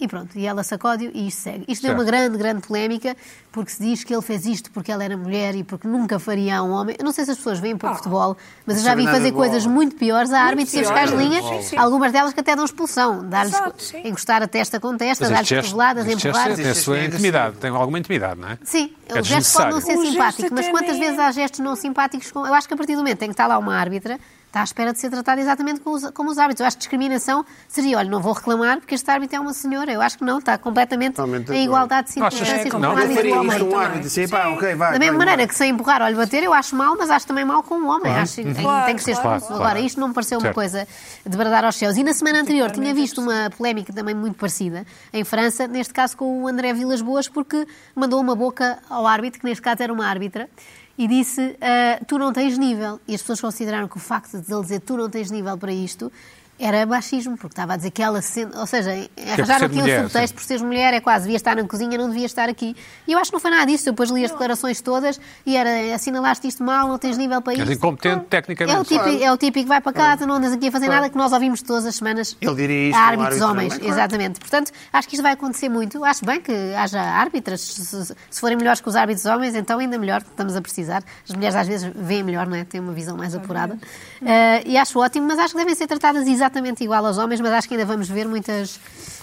C: E pronto, e ela sacode e isto segue. Isto deu
A: Certo.
C: uma grande, grande polémica, porque se diz que ele fez isto porque ela era mulher e porque nunca faria a um homem. Eu não sei se as pessoas veem
D: Ah.
C: pouco futebol, mas eu já
A: é
B: sabe
C: vi
B: nada
C: fazer
B: de bola.
C: coisas muito piores a árbitros e a
D: piores.
C: fiscais de linha,
D: Sim, sim.
C: algumas delas que até dão expulsão, dar-lhes
D: Exato, sim.
C: encostar a testa com testa,
A: Mas
C: dar-lhes
A: este gesto-
C: congeladas,
A: este gesto
C: empurrar.
A: Tem a sua intimidade, tem alguma intimidade, não é?
C: Sim,
A: É
C: o gesto pode não
A: desnecessário.
C: ser
D: O gesto
C: simpático, mas
D: até
C: quantas
D: nem
C: vezes
D: é.
C: há gestos não simpáticos? Com... Eu acho que a partir do momento em que está lá uma árbitra, está à espera de ser tratada exatamente como os, como os árbitros. Eu acho que discriminação seria, olha, não vou reclamar porque este árbitro é uma senhora. Eu acho que não, está completamente
B: Totalmente
C: em igualdade de
A: Não achas É
C: circunstâncias
A: que
C: com
A: não?
C: um
B: Eu
C: árbitro e um
B: faria
C: homem.
B: isto a um
D: também.
B: árbitro. Dizia, pá, ok, vai.
C: Da mesma
B: vai,
C: maneira
B: vai.
C: que sem empurrar, olha, bater, eu acho mal, mas acho também mal com um homem. Acho que tem,
D: Claro,
C: tem que ser
D: claro,
C: expulso.
A: claro.
C: Agora, isto não me pareceu uma
A: Certo.
C: coisa de bradar aos céus. E na semana anterior tinha visto uma polémica também muito parecida em França, neste caso com o André Vilas Boas, porque mandou uma boca ao árbitro, que neste caso era uma árbitra, e disse: "Ah, Tu não tens nível. E as pessoas consideraram que o facto de ele dizer tu não tens nível para isto. Era baixismo, porque estava a dizer que ela se sente. Ou seja, arranjaram
A: ser
C: aqui
A: mulher,
C: um subtexto
A: sim.
C: por seres mulher é quase, devia estar na cozinha, não devia estar aqui. E eu acho que não foi nada disso. Eu depois li as declarações todas e era assinalaste isto mal, não tens nível para isto.
A: És incompetente tecnicamente.
C: É o, típico, é o típico vai para casa, não andas aqui a fazer nada, que nós ouvimos todas as semanas
B: Ele diria isto
C: a
B: a um
C: árbitros
A: é?
B: árbitro
C: homens.
B: também, claro.
C: Exatamente. Portanto, acho que isto vai acontecer muito. Acho bem que haja árbitras. Se, se- se forem melhores que os árbitros homens, então ainda melhor, porque estamos a precisar. As mulheres às vezes veem melhor, não é? Têm uma visão mais apurada. Eh, e acho ótimo, mas acho que devem ser tratadas exatamente igual aos homens, mas acho que ainda vamos ver muitas,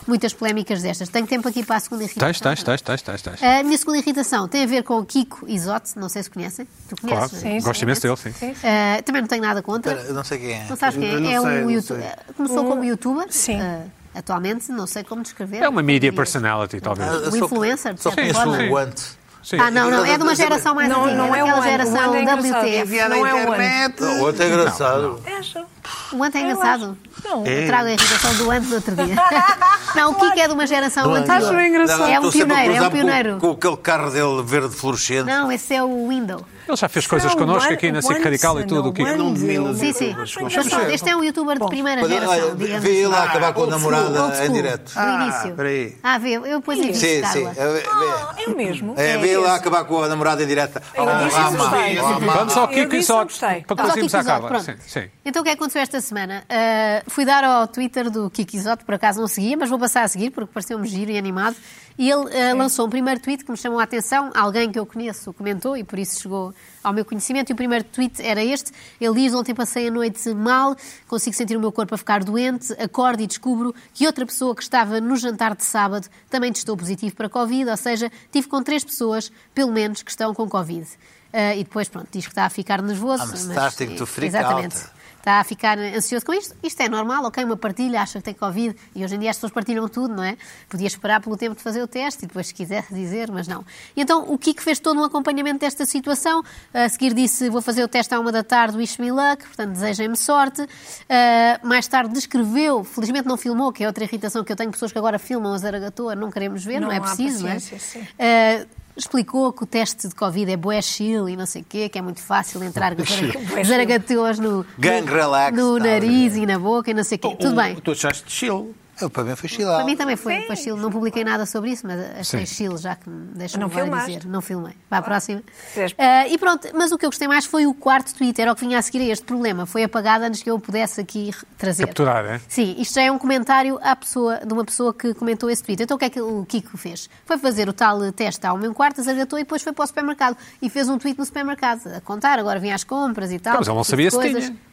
C: muitas polémicas destas. Tenho tempo aqui para a segunda irritação. Eh,
A: Tens, tens, tens, tens, tens, tens.
C: A minha segunda irritação tem a ver com o Kiko Isote, não sei se conhecem. Tu
A: Claro,
C: conheces? não é?
A: gosto imenso dele, sim.
C: Eh, também não tenho nada contra.
F: Espera, eu não sei quem é.
C: Não sabes quem
B: Eu não
C: é? É
B: sei,
C: um
B: não
C: youtuber. Começou como youtuber.
D: Hum, Sim.
C: eh, atualmente, não sei como descrever.
A: É uma media personality, talvez.
F: Eu
C: Um
F: só-
C: influencer, de
F: Só
C: certa
F: conheço
A: forma.
F: o guante.
A: Sim.
C: Ah, não, não. É de uma geração mais
D: Não,
C: antiga.
D: não é o
C: daquela
D: Ant. O
C: geração
D: Ant é engraçado.
C: WTF.
B: Enviado à
D: Não é
A: um
D: o
B: internet.
F: O outro é engraçado.
D: Esta.
C: O Ant é
D: Eu
C: engraçado.
D: Não.
F: É.
C: Eu trago a irritação do Ant no outro dia. Não, o Kiko é de uma geração anterior.
D: Acho engraçado.
C: É um
F: Estou sempre
C: pioneiro,
F: a
C: é um
F: cruzar-me com-
C: pioneiro.
F: Com, aquele carro dele verde fluorescente.
C: Não, esse é o Window.
A: Ele já fez coisas
D: Não,
A: connosco
D: Wan-
A: aqui na SIC
D: Wanzel,
A: Radical e tudo o que
D: Wanzel.
C: Sim, sim. Mas pronto, este é um youtuber de primeira
F: Quando- olha,
C: geração,
F: vê
C: digamos.
F: vê ele
D: Ah,
B: Ah,
F: a acabar com a
C: Old school, old
F: namorada
C: school,
F: em direto.
C: Do início.
B: peraí.
C: Ah, vê, eu depois envio
F: Sim, sim.
C: Carla.
F: É,
C: Ah,
F: vê-
D: É o mesmo.
F: é, vê ele a acabar com a namorada em Ah,
C: É
F: direto.
D: Eu disse isso gostei.
A: Vamos ao
D: Eu
A: Kiko e
D: disse
A: só
D: eu gostei.
A: para
C: Vamos ao
A: conseguirmos à
C: É Kikizot,
A: Carla.
C: pronto.
A: Sim, sim.
C: Então o que é que aconteceu esta semana? Ah, fui dar ao Twitter do Kikizote, por acaso não seguia, mas vou passar a seguir porque pareceu-me giro e animado. E ele ah, lançou um primeiro tweet que me chamou a atenção. Alguém que eu conheço comentou e por isso chegou ao meu conhecimento. E o primeiro tweet era este: Ele diz: Ontem passei a noite mal, consigo sentir o meu corpo a ficar doente, acordo e descubro que outra pessoa que estava no jantar de sábado também testou positivo para Covid, ou seja, tive com três pessoas, pelo menos, que estão com Covid. Ah, e depois, pronto, diz que está a ficar nervoso.
F: Ah, mas estás, tem que tu freak
C: Exatamente.
F: out.
C: Está a ficar ansioso com isto. Isto é normal, ok? Uma partilha, acha que tem Covid e hoje em dia as pessoas partilham tudo, não é? Podia esperar pelo tempo de fazer o teste e depois se quisesse dizer, mas não. E então o Kiko fez todo um acompanhamento desta situação. A seguir disse: Vou fazer o teste à uma da tarde, wish me luck, portanto desejem-me sorte. Uh, mais tarde descreveu, felizmente não filmou, que é outra irritação que eu tenho, pessoas que agora filmam a Zaragatoa, não queremos ver, não,
D: Não
C: é
D: há
C: preciso, não é?
D: paciência, sim.
C: Uh, explicou que o teste de Covid é bué chill e não sei o quê, que é muito fácil entrar com
D: Bué
C: zara-
D: chill.
C: zaragatoas no,
F: Gang relax,
C: no
F: tá,
C: nariz e na boca e não sei o quê. Tudo bem.
B: Tu achaste chill.
F: Eu, para mim foi
C: Para
F: chilado.
C: mim também foi, foi chill. Não publiquei nada sobre isso, mas achei chill, já que me deixou
D: Não filmaste.
C: dizer. Não filmei. Vá à próxima.
D: Fizeste.
C: Ah, e pronto, mas o que eu gostei mais foi o quarto Twitter, era o que vinha a seguir a este problema. Foi apagado antes que eu o pudesse aqui re- trazer.
A: Capturar, é?
C: Sim, isto já é um comentário à pessoa, de uma pessoa que comentou esse tweet. Então o que é que o Kiko fez? Foi fazer o tal eh, teste ao meu quarto, desagatou e depois foi para o supermercado. E fez um tweet no supermercado, a contar, agora vim às compras e tal.
A: Mas ele não
C: esse
A: sabia se
C: tipo de
A: tinha.
C: coisas.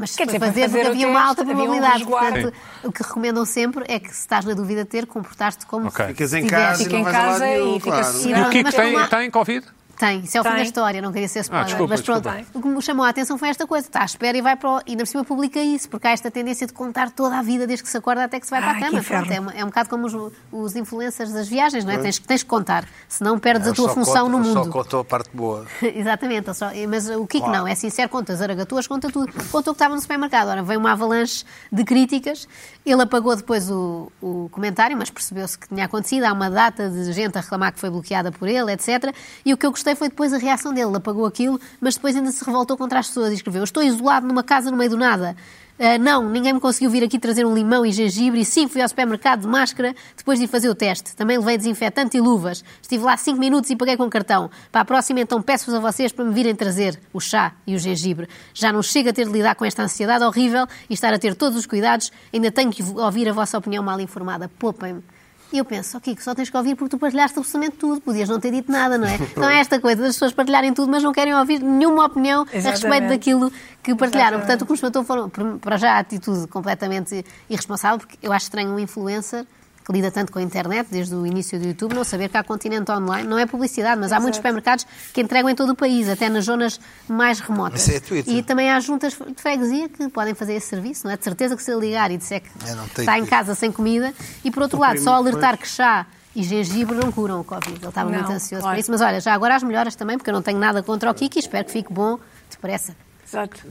C: Mas
D: Quer
C: Quer
D: dizer,
C: dizer, fazer,
D: para fazer o
C: porque havia uma
D: teste,
C: alta
D: havia um
C: probabilidade.
D: resguardo.
C: Portanto, o que recomendam sempre é que se estás na dúvida de ter, comportar-te como
A: Ok.
C: se
B: Ficas em
C: tivesse-
B: casa
D: Fica
B: e
D: em
B: não vais a lado
D: casa
B: nenhum,
D: e fica assim.
B: claro.
C: Sim,
A: E o Kiko
C: mas
A: tem,
C: uma-
A: tem Covid?
C: Tem, isso é o fim
D: Tem.
C: da história, não queria ser spoiler.
A: Ah, desculpa,
C: mas pronto,
A: desculpa.
C: o que me chamou a atenção foi esta coisa: está à espera e vai para o. E ainda por cima publica isso, porque há esta tendência de contar toda a vida desde que se acorda até que se vai para
D: Ai,
C: a
D: que
C: cama.
D: inferno.
C: Pronto, é, um- é um bocado como os, os influencers das viagens, não é? Tens, que- tens que contar, senão perdes
A: É,
C: a
F: É, Eu
C: tua
F: só
C: função
F: conto-
C: no
F: eu
C: mundo.
F: Só contou a parte boa.
C: Exatamente, ele só- mas o Kiko não, é sincero, conta as aragatuas, conta tudo. Contou que estava no supermercado. Ora, veio uma avalanche de críticas. Ele apagou depois o, o comentário, mas percebeu-se que tinha acontecido. Há uma data de gente a reclamar que foi bloqueada por ele, etc. E o que eu gostei foi depois a reação dele. Ele apagou aquilo, mas depois ainda se revoltou contra as pessoas e escreveu: Estou isolado numa casa no meio do nada. Ah, não, ninguém me conseguiu vir aqui trazer um limão e gengibre. E sim, fui ao supermercado de máscara depois de ir fazer o teste. Também levei desinfetante e luvas. Estive lá 5 minutos e paguei com cartão. Para a próxima, então peço-vos a vocês para me virem trazer o chá e o gengibre. Já não chega a ter de lidar com esta ansiedade horrível e estar a ter todos os cuidados. Ainda tenho que ouvir a vossa opinião mal informada. Poupem-me. E eu penso, ok, que só tens que ouvir porque tu partilhaste absolutamente tudo, podias não ter dito nada, não é? Não é esta coisa das pessoas partilharem tudo, mas não querem ouvir nenhuma opinião a respeito
D: Exatamente.
C: daquilo aquilo que partilharam. Portanto, o que nos matou foram, por- para já, a atitude completamente irresponsável, porque eu acho estranho um influencer que lida tanto com a internet, desde o início do YouTube, não saber que há continente online. Não é publicidade, mas há muitos supermercados que entregam em todo o país, até nas zonas mais remotas.
F: Isso é Twitter.
C: E também há juntas de freguesia que podem fazer esse serviço, não é? De certeza que se ele ligar e disser que
F: Eu não tenho
C: está em
F: Twitter.
C: casa sem comida. E, por outro lado, só alertar que chá e gengibre não curam o Covid. Ele estava
D: Não,
C: muito ansioso
D: claro.
C: para isso. Mas olha, já agora as melhoras também, porque eu não tenho nada contra o Kiki, espero que fique bom depressa.
D: Exato.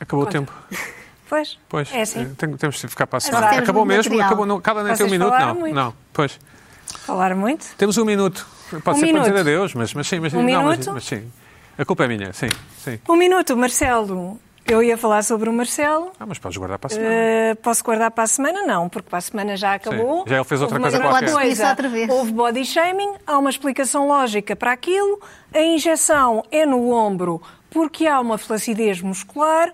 A: Acabou o tempo.
D: Pois.
A: Pois,
D: É assim.
A: Tenho- temos de ficar para a
D: Mas
A: semana.
D: temos
A: Acabou
C: muito
A: mesmo?
C: material.
A: Acabou, não, cada nem tem um
D: Vocês
A: minuto,
D: falaram
A: não.
D: muito.
A: Não, pois.
D: Falar muito.
A: Temos um minuto. Pode
D: Um
A: ser
D: minuto.
A: para dizer adeus, mas, mas sim, mas,
D: Um
A: não, mas,
D: minuto?
A: mas sim. A culpa é minha, sim, sim.
D: Um minuto, Marcelo. Eu ia falar sobre o Marcelo.
A: Ah, mas podes guardar para a semana.
D: Eh, posso guardar para a semana? Não, porque para a semana já acabou.
A: já ele fez outra
D: Houve uma
A: coisa
D: grande
A: qualquer.
C: Isso outra vez.
D: Houve body shaming, há uma explicação lógica para aquilo. A injeção é no ombro porque há uma flacidez muscular.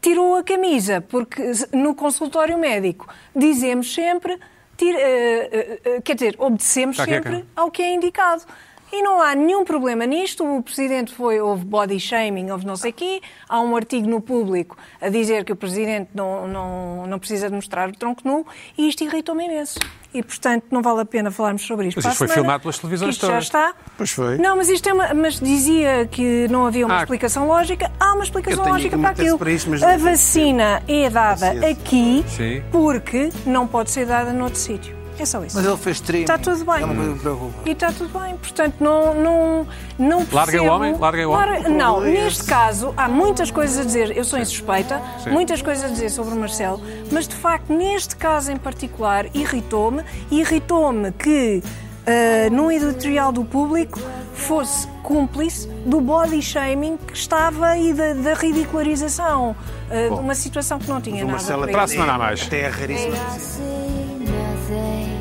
D: Tirou a camisa, porque se- no consultório médico dizemos sempre, tira- eh, eh, eh, quer dizer, obedecemos
A: Está aqui a
D: sempre
A: cara.
D: ao que é indicado. E não há nenhum problema nisto. O presidente foi, houve body shaming, houve não sei quê. Há um artigo no público a dizer que o presidente não, não, não precisa de mostrar o tronco nu e isto irritou-me imenso. E, portanto, não vale a pena falarmos sobre isto.
A: Mas
D: para a
A: isto foi
D: semana,
A: filmado pelas televisões
D: que isto já
A: todas.
D: está.
B: Pois foi.
D: Não, mas isto é uma, mas dizia que não havia uma
A: Ah.
D: explicação lógica. Há uma explicação
B: Eu tenho
D: lógica
B: aqui
D: para
B: muito
D: aquilo.
B: para isto, mas não
D: a
B: tenho tempo.
D: vacina é dada
B: Paciência.
D: aqui
A: Sim.
D: porque não pode ser dada noutro sítio. É só isso.
F: Mas ele fez streaming.
D: Está tudo bem.
F: É uma coisa que me preocupa.
D: E está tudo bem, portanto, não, não, não percebo...
A: Larga o homem? Larga o homem?
D: Lara- Não, neste caso, há muitas coisas a dizer. Eu sou insuspeita,
A: Sim.
D: muitas coisas a dizer sobre o Marcelo, mas, de facto, neste caso em particular, irritou-me. E Irritou-me que, ah, num editorial do público, fosse cúmplice do body shaming que estava e da, da ridicularização ah, de uma situação que não tinha nada
B: Marcelo
D: a ver.
A: Para a semana há mais.
B: Até é raríssimo.
K: nothing, nothing.